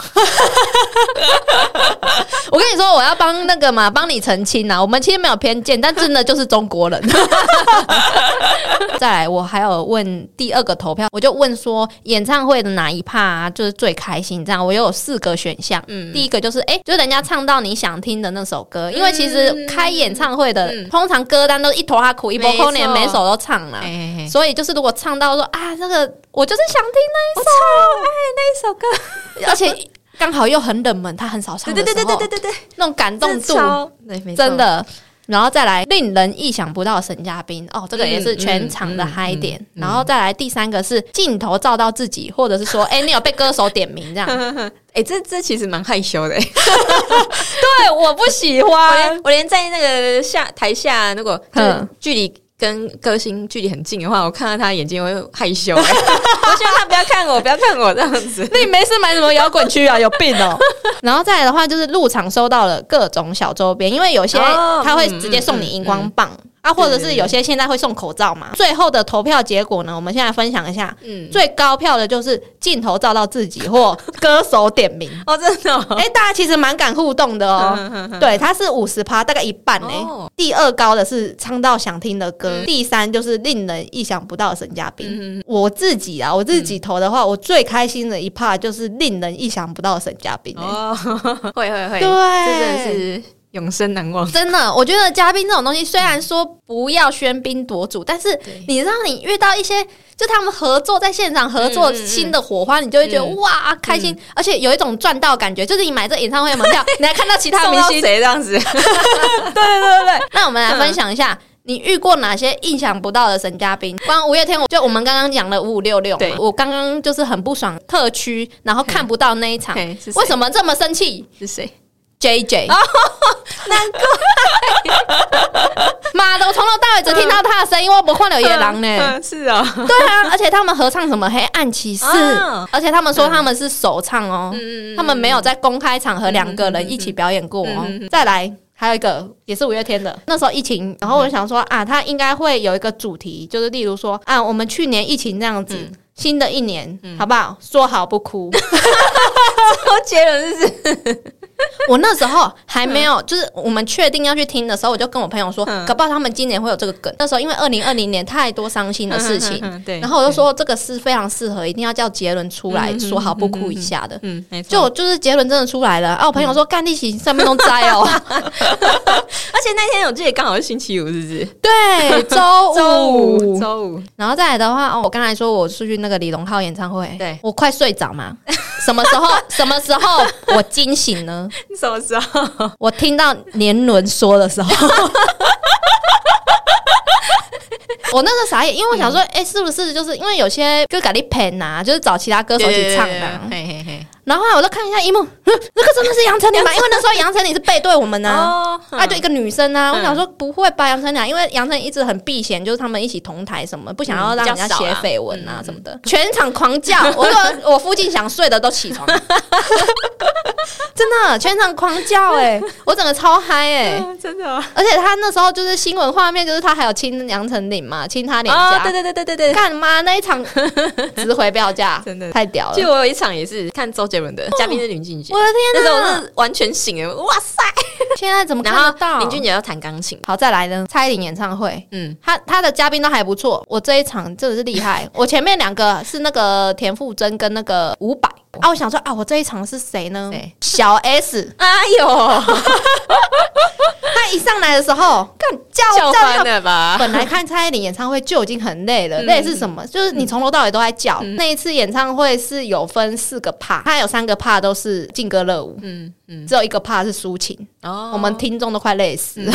我跟你说，我要帮那个嘛，帮你澄清啊。我们其实没有偏见，但真的就是中国人。再来，我还有问第二个投票，我就问说演唱会的哪一趴、啊、就是最开心？这样，我有四个选项。
嗯
第一个就是哎、诶就人家唱到你想听的那首歌，因为其
嗯
实开演唱会的、通常歌单都一头哈苦一波
没
扣
错
连，每首都唱了。
哎、嘿
所以就是，如果唱到说啊，这个我就是想听那一首，
哦
哎，那一首
(laughs)
歌，而且刚好又很冷门，他很少唱
对
的
对
时
对
候，
对对对对对，
那种感动度
真的超对，没错
真的。然后再来令人意想不到的沈嘉宾哦，这个也是全场
嗯
的
嗯
嗨
嗯
点。然后再来第三个是镜头照到自己，或者是说，哎、你有被歌手点名
(laughs)
这样？
哎、这这其实蛮害羞的、
对，我不喜
我连我连在那个下台下，如果就是
啊嗯
距离跟歌星距离很近的话，我看到他眼睛会害
(laughs)
羞、欸。我希望他不要看我，不要看我这样子。
那你没事买什么摇滚区啊？有病哦！ (laughs) 然后再来的话，就是入场收到了各种小周边，因为有些
哦
他会直接送你荧光棒、啊，或者是有些现在会送口罩嘛。最后的投票结果呢，我们现在分享一下，
嗯，
最高票的就是镜头照到自己或歌手点名。
哦，真的、哦，
哎、大家其实蛮敢互动的哦。对，它是五十趴，大概一半呢、
哦
第二高的是唱到想听的歌，第三就是令人意想不到的沈嘉宾。我自己啊，我自己投的话，我最开心的一趴就是令人意想不到的沈嘉宾、
(laughs)
欸。(laughs)
哦，会会会，
对
这真的是永生难忘。
真的，我觉得嘉宾这种东西，虽然说不要喧宾夺主，但是
对
你让你遇到一些就他们合作在现场合作
嗯嗯嗯
新的火花，你就会觉得、
嗯
哇开心，而且有一种赚到感觉，就是你买这演唱会的门 (laughs) 票，你还看到其他
送
明
到
星
谁这样 (laughs) 子？对对对对
(laughs) 那我们来分享一下。你遇过哪些意想不到的神嘉宾？光五月天，我就我们刚刚讲了五五六六嘛
对，
我刚刚就是很不爽特区，然后看不到那一场，
嘿哎是谁
为什么这么生气
对，是谁？
？J J，难怪， (laughs) 妈的，我从头到尾只听到他的声音，我不换柳野狼呢。
嗯， (laughs) 是啊，
对啊，而且他们合唱什么《黑暗骑士》
啊
而且他们说他们是首唱哦，
嗯
他们没有在公开场合两个人一起表演过哦。
嗯
再来。还有一个也是五月天的，那时候疫情，然后我就想说啊，他应该会有一个主题，就是例如说啊，我们去年疫情这样子，
嗯
新的一年、好不好？说好
(laughs)
不哭。 (laughs)
周杰伦是不是？
我那时候还没有，就是我们确定要去听的时候，我就跟我朋友说，
嗯
搞不好他们今年会有这个梗。那时候因为二零二零年太多伤心的事情，
嗯嗯嗯嗯对
然后我就说这个是非常适合，一定要叫杰伦出来说好不哭一下的。
嗯，没错。
就就是杰伦真的出来了啊！我朋友说干地起上面都摘 (laughs) 哦，
而且那天我记得刚好是星期五，是不是？
对， (laughs)
哦
周五，
周五，
然后再来的话，哦，我刚才说我出去那个李荣浩演唱会，
对
我快睡着嘛，什么时 (laughs) 候什么时候我惊醒呢？
你什么时候？
(laughs) 我听到年轮说的时候，我那时候傻眼，因为我想说，哎、是不是就是因为有些歌改力penn 啊，就是找其他歌手一起唱的啊、
嘿嘿嘿，
然后后来我就看一下一幕，哼 (laughs) 那个真的是杨丞琳吗？因为那时候杨丞琳是背对我们呢、啊。
哦，
啊，就一个女生啊，
嗯
我想说不会吧，杨丞琳啊，因为杨丞琳一直很避嫌，就是他们一起同台什么，不
嗯
想要让人家写绯闻啊什么的，全场狂
(laughs)
叫，我说我附近想睡的都起床， (laughs) 真的全场狂叫哎、我整个超嗨哎、
真的哦，
而且他那时候就是新闻画面，就是他还有亲杨丞琳嘛，亲他脸颊，
啊哦对对对对对对。
干嘛那一
(laughs)
场值回票价，
真的
太屌了
其实！我有一场也是看周杰伦的，嘉宾是林俊杰
我，的
那
天
时候我
哪、
是完全醒了，哇塞！
现在怎么
然
看得
后
到？
林俊杰要弹钢琴，
好，再来呢，蔡依林演唱
(laughs)
会。
嗯，
他他的嘉宾都还不错，我这一场真的是
(laughs)
厉害。我前面两个是那个田馥甄跟那个伍佰啊，我想说啊，我这一场是谁呢
哦谁？
小 S，
哎呦，
他一上来的时
(laughs)
候，干叫
笑
叫
翻
到
了吧？
(laughs) 本来看蔡依林演唱会就已经很累了，
嗯
累是什么？就是你从头到尾都在叫。那一次演唱会是有分四个 part，它有三个 part 都是劲歌热舞，
嗯嗯，
只有一个 part 是抒情。
哦嗯
我们听众都快累死了。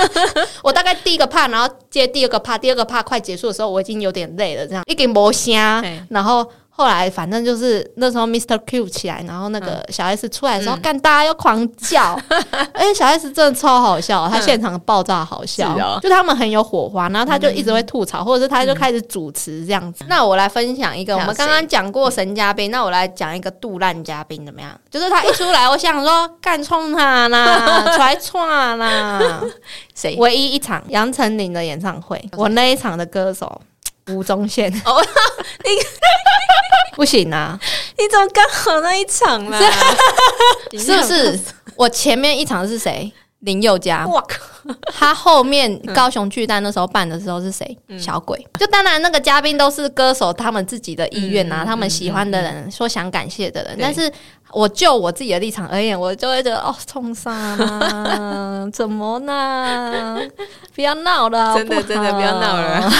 (laughs) 我大概第一个 part，然后接第二个 part，第二个 part 快结束的时候，我已经有点累了，这样一点磨瞎
嘿，
然后。后来反正就是那时候 Mr. Q 起来，然后那
嗯
个小 S 出来的时候，干、大家又狂
(laughs)
叫，而且小 S 真的超好笑，他现场爆炸好笑，
嗯是嗯哦
就他们很有火花，然后他就一直会吐槽，或者是他就开始主持这样子。那我来分享一个，我
还有
们刚刚讲过神嘉宾，那我来讲一个杜烂嘉宾怎么样？就是他一出来，我想说干冲他啦，踹踹啦。
谁？
唯一一场杨丞琳的演唱会，我那一场的歌手吴宗宪，
哦，
(laughs) 不行啊，
你怎么刚好那一场啦？
是不是？我前面一场是谁？林宥嘉，
(laughs) 哇靠！
他后面
嗯
高雄巨蛋那时候办的时候是谁？小鬼。就当然那个嘉宾都是歌手他们自己的意愿啊，
嗯嗯
他们喜欢的人，说想感谢的人。
对
但是我就我自己的立场而言，我就会觉得哦，冲伤
(laughs)
啊，怎么呢？不要闹了，啊
真的
好好
真的不要闹了。，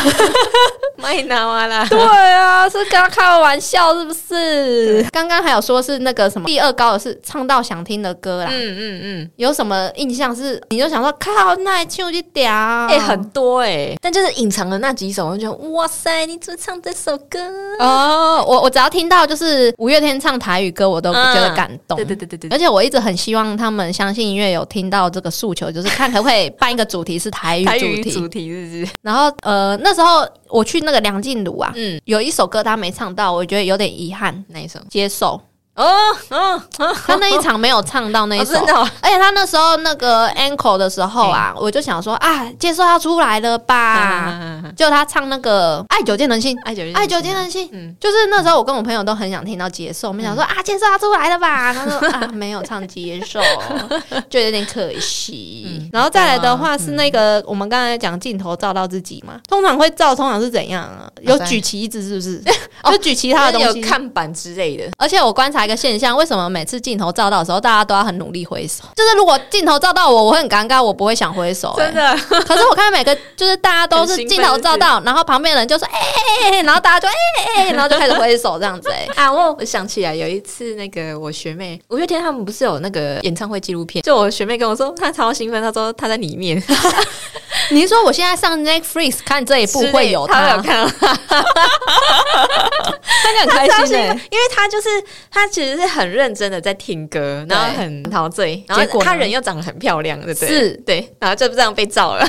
卖闹啊啦！
对啊，是刚刚开玩笑是不是？刚刚还有说是那个什么第二高的是唱到想听的歌啦，
嗯嗯
有什么印象是你就想说靠，那唱一点啊？
嗯，哎，很多哎，但就是隐藏的那几首，我就觉得哇塞，你怎么唱这首歌？
哦，我我只要听到就是五月天唱台语歌，我都觉得感
嗯
动。
对对对对对，
而且我一直很希望他们相信音乐有听到这个诉求，就是看可不可以办一个主题是台语
台
主
语
题。
主题是不是？
然后呃，那时候我去那个梁静茹啊，
嗯，
有一首歌她没唱到，我觉得有点遗憾。
哪一首？(laughs)
接受，
哦哦，
她那一场没有唱到那一
哦
首，
真的嗯哦，
而且他那时候那个 ankle 的时候啊，我就想说啊，介绍要出来了吧，
啊！
就他唱那个《爱久见人心》，
爱久
《爱久见人心》。
嗯，
就是那时候，我跟我朋友都很想听到接受，我们想说啊，介绍要出来了吧？他说啊，没有唱接 (laughs) 受，就有点可惜。
嗯
然后再来的话是那个、我们刚才讲镜头照到自己嘛，通常会照，通常是怎样啊？有举旗子是不 (laughs) 是？
哦
就举其
其
他的东西
有。看板之类的，
而且我观察一个现象，为什么每次镜头照到的时候，大家都要很努力挥手？就是如果镜头照到我，我会很尴尬，我不会想挥手、欸。
的
(laughs) 可是我看每个就是大家都是
很兴奋
镜头照到，然后旁边人就说哎、欸欸欸然后大家就哎、
(laughs)
欸欸欸然后就开始挥手这样子、欸。
啊！我我想起来有一次，那个我学妹五月天他们不是有那个演唱会纪录片，就我学妹跟我说，她超兴奋，她说她在里面，
你是说我现在上 Netflix 看这一部会有
她
他
有，
(laughs)
看到
他就很开
超
心、
兴奋
欸。
因为她就是她其实是很认真的在听歌，然后很陶醉，然
结果
后
呢
她人又长得很漂亮，对不对？
是
对，然后就这样被照了，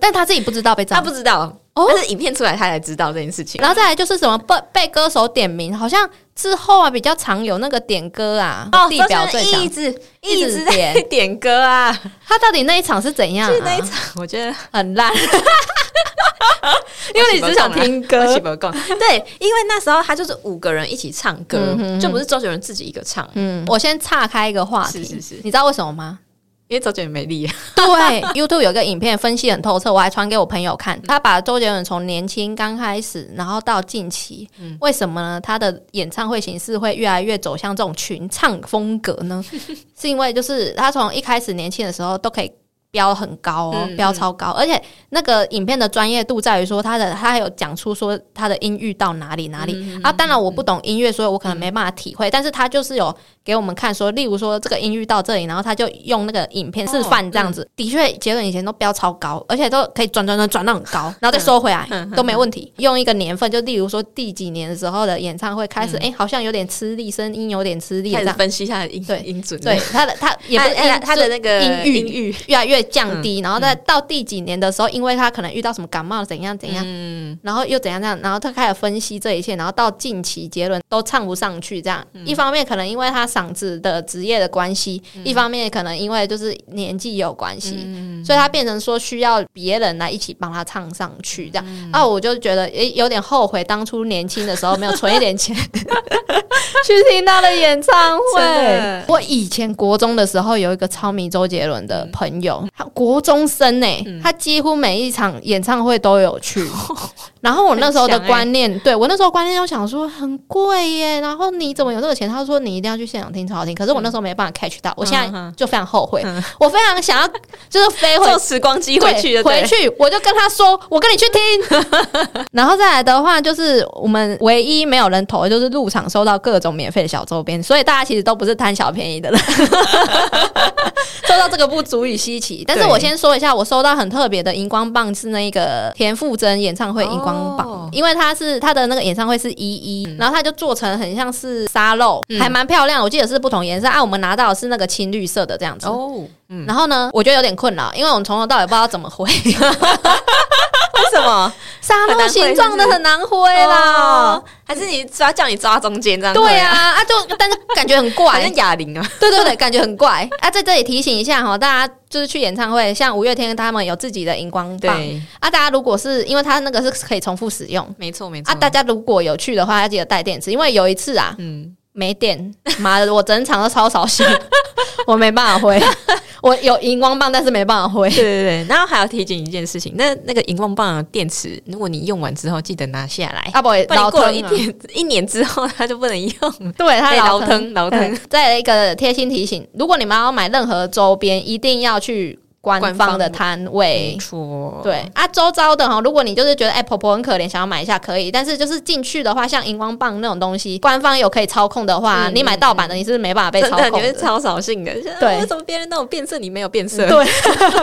但他自己不知道被照
她。不知道，
哦
但是影片出来她才知道这件事情。
然后再来就是什么被被歌手点名，好像之后啊比较常有那个点歌啊，地表
哦就
最
是
强
一。直
一
一
直
直在
点
点歌啊，
他到底那一场是怎样、啊？
就是那一场，我觉得
很烂，因为你只想听歌
我是。不讲对，因为那时候他就是五个人一起唱歌
嗯，哼
就不是周杰伦自己一个唱，
嗯，我先岔开一个话题，
是是是
你知道为什么吗？
因为周杰伦没力。啊
(laughs) 对，YouTube 有一个影片分析很透彻，我还传给我朋友
嗯
看。他把周杰伦从年轻刚开始，然后到近期，
嗯
为什么呢？他的演唱会形式会越来越走
(laughs)
向这种群唱风格呢？是因为就是他从一开始年轻的时候都可以标很高哦，
嗯
标超高，而且那个影片的专业度在于说他的他还有讲出说他的音域到哪里哪里、
嗯
啊。当然我不懂音乐，所以我可能没办法体会，但是他就是有给我们看说，例如说这个音域到这里，然后他就用那个影片
哦
示范这样子。的确，杰伦以前都标超高，而且都可以转转转转到很
(laughs)
高，然后再收回来、
嗯
都没问题。用一个年份，就例如说第几年的时候的演唱会开始，哎、好像有点吃力，声音有点吃力这
开始
样。
分析他的音
对
音准，
对，他的他也不是
他哎他
音
他的那个
音域
音域，嗯
越来越降低，然后再到第几年的时候，因为他可能遇到什么感冒怎样怎样，
嗯，
然后又怎样怎样，然后他开始分析这一切，然后到近期杰伦都唱不上去，这样、
嗯
一方面可能因为他嗓子的职业的关系，一方面可能因为就是年纪有关系，
嗯
所以他变成说需要别人来一起帮他唱上去这样。
嗯
啊，我就觉得诶、有点后悔当初年轻的时候没有存一点
(laughs)
钱去听他的演唱
真
会
的。
我以前国中的时候有一个超迷周杰伦
嗯
的朋友，他国中生呢、他几乎每一场演唱会都有去。然后我那时候的观念，对我那时候观念就想说很贵耶，然后你怎么有这个钱？他说你一定要去现场听，超好听。可是我那时候没办法 catch 到，我现在就非常后悔，我非常想要就是飞回
坐时光机回去
对
的，
回去我就跟他说，我跟你去
(laughs)
听。然后再来的话，就是我们唯一没有人投，的就是入场收到各种免费的小周边，所以大家其实都不是贪小便宜
(laughs)
的人。收到这个不足以稀奇，但是
对
我先说一下，我收到很特别的荧光棒是那个田馥甄演唱会荧光棒，
哦嗯
因为它是它的那个演唱会是一一、然后它就做成很像是沙漏，还蛮漂亮，我记得是不同颜色啊，我们拿到的是那个青绿色的这样子，
哦，嗯，
然后呢，我觉得有点困扰，因为我们从头到尾不知道怎么
(laughs)
挥，
为什 (laughs) 么？
沙
很
漏
难挥
形状的
是不是
很难挥啦。
哦，还是你抓叫你抓中间这样？
对，啊，啊就但是感觉很
(laughs) 好
怪
像，哑铃啊，
对对对，感觉很怪啊。在这里提醒一下哈，大家就是去演唱会，像五月天他们有自己的荧光棒
对，
啊，大家如果是因为它那个是可以重复使用
没错没错
啊，大家如果有去的话，要记得带电池，因为有一次啊，
嗯，
没电，妈的，我整场都超
(laughs)
扫兴，我没办法挥，我有荧光棒，但是没办法挥。
对对对，然后还要提醒一件事情，那那个荧光棒的电池，如果你用完之后，记得拿下来，
啊
(laughs)
不，
不然
老
你过了
疼
一
啊
年一年之后， (laughs) 它就不能用，
对他
对
老
老疼老疼。
再来一个贴心提醒：如果你们要买任何周边，一定要去官
官
方
方
的
的
摊位。
嗯错
对啊，周遭的哈，如果你就是觉得哎、婆婆很可怜，想要买一下可以，但是就是进去的话，像荧光棒那种东西，官方有可以操控的话，
嗯
你买盗版的你是不是没办法被
真
操控
的你会超扫兴的，就是
对
啊为什么别人都有变色，你没有变色？
对， (laughs)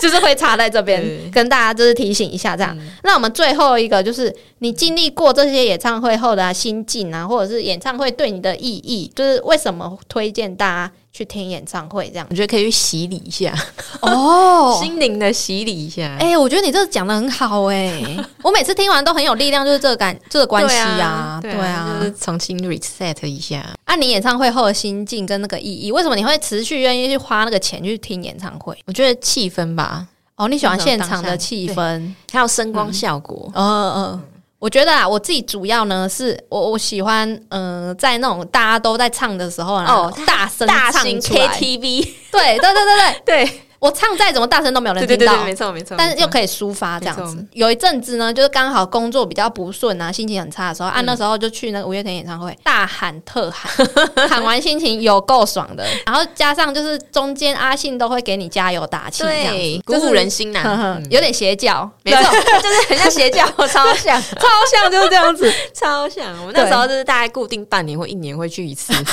就是会插在这边
对
跟大家就是提醒一下这样。
嗯
那我们最后一个就是你经历过这些演唱会后的、啊、心境啊，或者是演唱会对你的意义，就是为什么推荐大家去听演唱会这样
我？觉得可以去洗礼一下，
哦。
心灵的洗礼一下。
哎、我觉得你这讲的很好哎、
(laughs)
我每次听完都很有力量，就是这个感，这个关系
对
啊，
对
对啊
就是重新 reset 一下。
啊，你演唱会后的心境跟那个意义，为什么你会持续愿意去花那个钱去听演唱会？
我觉得气氛吧，
哦，你喜欢
那种
现
当
场的
下
气
对
氛，
还有声光效果，
嗯嗯，我觉得啊，我自己主要呢是我我喜欢，嗯、在那种大家都在唱的时候啊，
哦
大声
大
唱
型
出来
KTV，
对对对对对，
对
我唱再怎么大声都没有人
对
听
对
到。
对对，没错没错。
但是又
以
可以抒发这样
没
子
错。
有一阵子呢，就是刚好工作比较不顺啊，心情很差的时候，啊，
嗯
那时候就去那个五月天演唱会，大喊特喊， (laughs) 喊完心情有够爽的。然后加上就是中间阿信都会给你加油打气，这样
对
子
鼓舞人。心
就是 (laughs) 呵呵
呐，嗯
有点邪教，
没
(laughs)
错，就是很像邪教， (laughs) 超像
超像就是这样子，
(laughs) 超像。我那时候就是大概固定半年或一年会去一次，很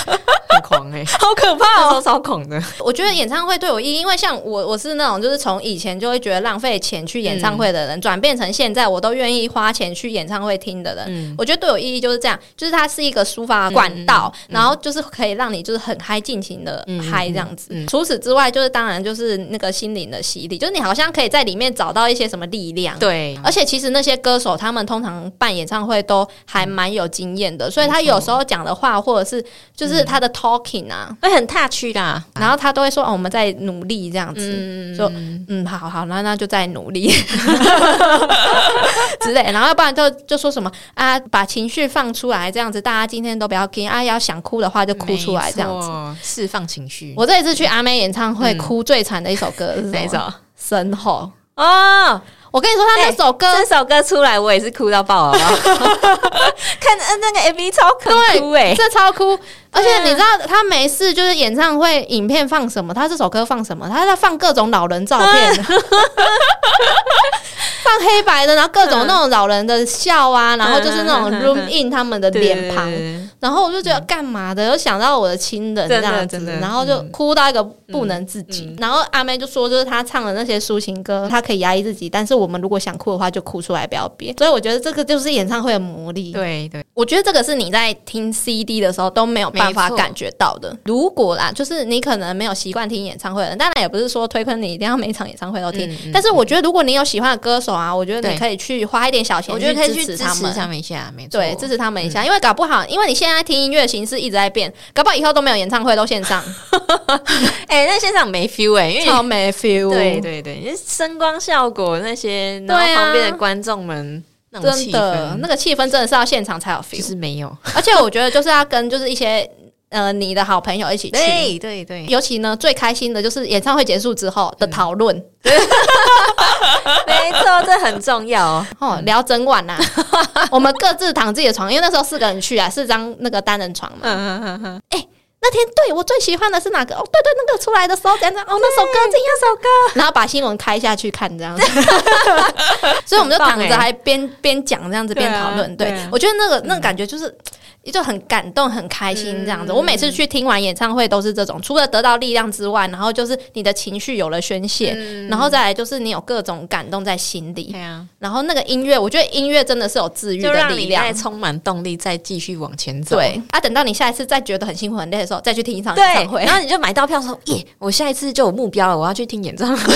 狂哎，
(laughs) 好可怕哦
那时候超狂的。
我觉得演唱会对我意义，因为像我，我是那种就是从以前就会觉得浪费钱去演
嗯
唱会的人，转、变成现在我都愿意花钱去演唱会听的人。
嗯，
我觉得对我意义就是这样，就是它是一个抒发的管道，然后就是可以让你就是很嗨尽情的
嗯嗯
嗨这样子。
嗯嗯
除此之外，就是当然就是那个心灵的洗礼，就是你好像可以在里面找到一些什么力量。
对，
而且其实那些歌手他们通常办演唱会都
嗯
还蛮有经验的，所以他有时候讲的话或者是就是
嗯
他的 talking 啊，
会很踏区啦。
然后他都会说哦，我们在努力这样子，
嗯，
说嗯，好好，那那就再
(laughs)
努力之类，然后要不然就就说什么啊，把情绪放出来这样子，大家今天都不要听啊，要想哭的话就哭出来这样子。
子，释放情绪。
我这一次去阿妹演唱会
嗯
哭最惨的一首歌是什么
哪一首？
神吼。
哦，
我跟你说，他那首歌
这首歌出来，我也是哭到爆，好不 (laughs) 好？看呃那个 MV 超可哭啊哎、
这超哭。而且你知道他没事，就是演唱会影片放什么，他这首歌放什么，他在放各种老人照片， (laughs) 放黑白的，然后各
嗯
种那种老人的笑啊，然后就是那种 room in 他们的脸庞，然后我就觉得干嘛的，又想到我的亲人
嗯
这
真的
样子
真的，嗯
然后就哭到一个不能自己。然后阿妹就说，就是她唱的那些抒情歌，她可以压抑自己，但是我们如果想哭的话，就哭出来，不要憋。所以我觉得这个就是演唱会的魔力。
对对，
我觉得这个是你在听 CD 的时候都没有办法
没错
感觉到的。如果啦，就是你可能没有习惯听演唱会的人，当然也不是说推坑你一定要每场演唱会都听。但是我觉得，如果你有喜欢的歌手啊，我觉得你
嗯对
可以去花一点小钱，
我觉得可以去
支
支
持他
持
们。
他们一下，没错，嗯
对，支持他们一下，因为搞不好，因为你现在听音乐形式一直在变，搞不好以后都没有演唱会，都
(laughs)
线上，
哎、那现场没 feel 哎、因为
超没 feel。
对对对，因为声光效果那些，然
对
后
啊
旁边的观众们、那种
真
气
的，
氛，
那个气氛真的是要现场才有
就
feel。
是没有。
而且我觉得就是要跟就是一些呃你的好朋友一起去，
对对对，
尤其呢，最开心的就是演唱会结束之后的讨论、
没错，这很重要哦。
哦，聊整晚呐、我们各自躺自己的床，因为那时候四个人去啊，四张那个单人床嘛。
(laughs) 嗯嗯嗯，
那天对我最喜欢的是哪个？哦，对对，那个出来的时候怎样怎样？哦，那首歌这样
(laughs)
首歌，然后把新闻开下去看这样子。所以我们就躺
很棒
着
欸
还边边讲这样子边讨论。
对啊
对
对啊
我觉得那个那个感觉就是。就很感动，很开心
嗯
这样子。我每次去听完演唱会都是这种，除了得到力量之外，然后就是你的情绪有了宣泄，
嗯
然后再来就是你有各种感动在心里。
对啊，
然后那个音乐，我觉得音乐真的是有治愈
就
的
让
力
你
量
再。充满动力，再继续往前走。
对啊，等到你下一次再觉得很辛苦很累的时候，再去听一场演唱
对，
会
然。后你就买到票说，耶，我下一次就有目标了，我要去听演唱会， (laughs)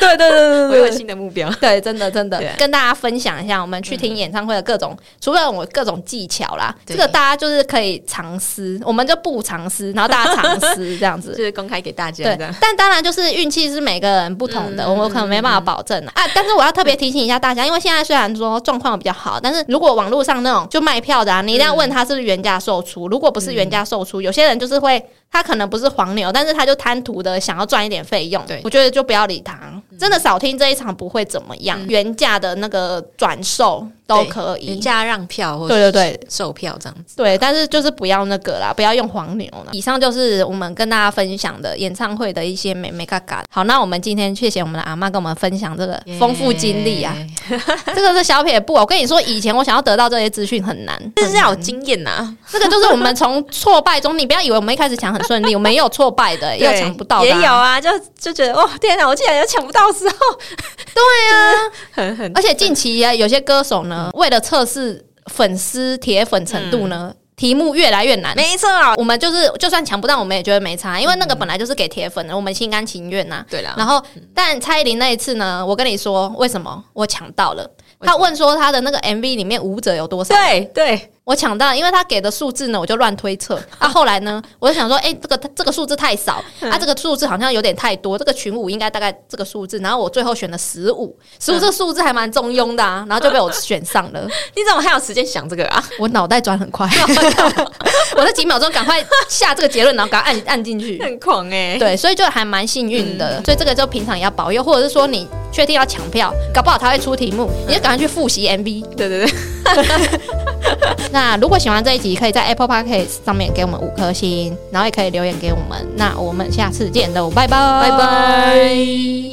对对对
我有新的目标。
对，真的真的
对，嗯
跟大家分享一下我们去听演唱会的各种，除了我各种技巧啦，这
对
个大家就是可以尝试，我们就不尝试，然后大家尝试这样
就
子。
是公开给大家
对
的，，
但当然就是运气是每个人不同的，我们可能没办法保证啊。但是我要特别提醒一下大家，因为现在虽然说状况比较好，但是如果网络上那种就卖票的啊，你一定要问他是不是原价售出。如果不是原价售出，有些人就是会他可能不是黄牛，但是他就贪图的想要赚一点费用。
对
我觉得就不要理他，真的少听这一场不会怎么样。原价的那个转售都可以
人，家让票或
对对对，
售票这样子。
对，但是就是不要那个啦，不要用黄牛啦。以上就是我们跟大家分享的演唱会的一些美美嘎嘎。好，那我们今天谢谢我们的阿妈跟我们分享这个丰富经历啊， (laughs)
耶，
这个是小撇步。我跟你说，以前我想要得到这些资讯很难，
这是要有经验啊呐，
这个就是我们从挫败中，你不要以为我们一开始抢很顺
(laughs)
利，我们也有挫败的，也有
嗯对
抢不到的、
也有。啊，就就觉得哇，天哪，我竟然有抢不到的 (laughs) 时候，对啊，很很
而且近期啊，有些歌手
嗯
呢，为了测试粉丝铁粉程度呢，
嗯
题目越来越难。
没错，啊
我们就是就算抢不到，我们也觉得没差，因为那个本来就是给铁粉的，我们心甘情愿呐、啊
对啦，
然后，但蔡依林那一次呢，我跟你说为什么我抢到了？
为什
他
么
问说他的那个 MV 里面舞者有多少？
对对，
我抢到了，因为他给的数字呢，我就乱推测。
(laughs)
啊，后来呢，我就想说，哎、这个这个数字太少，
嗯
啊，这个数字好像有点太多，这个群舞应该大概这个数字。然后我最后选了十五，十五
嗯
这个数字还蛮中庸的啊，然后就被我选上
(laughs)
了。
你怎么还有时间想这个啊？
我脑袋转
(laughs)
很快， (laughs) 我在几秒钟赶快下这个结论，然后赶快按按进去。
很狂哎、嗯
对，所以就还蛮幸运的。所以这个就平常也要保佑，或者是说你确定要抢票，搞不好他会出题目，
嗯
你就赶快去复习 MV。
对对对，
那如果喜欢这一集，可以在 Apple Podcast 上面给我们五颗星，然后也可以留言给我们。那我们下次见喽，拜拜，
拜拜。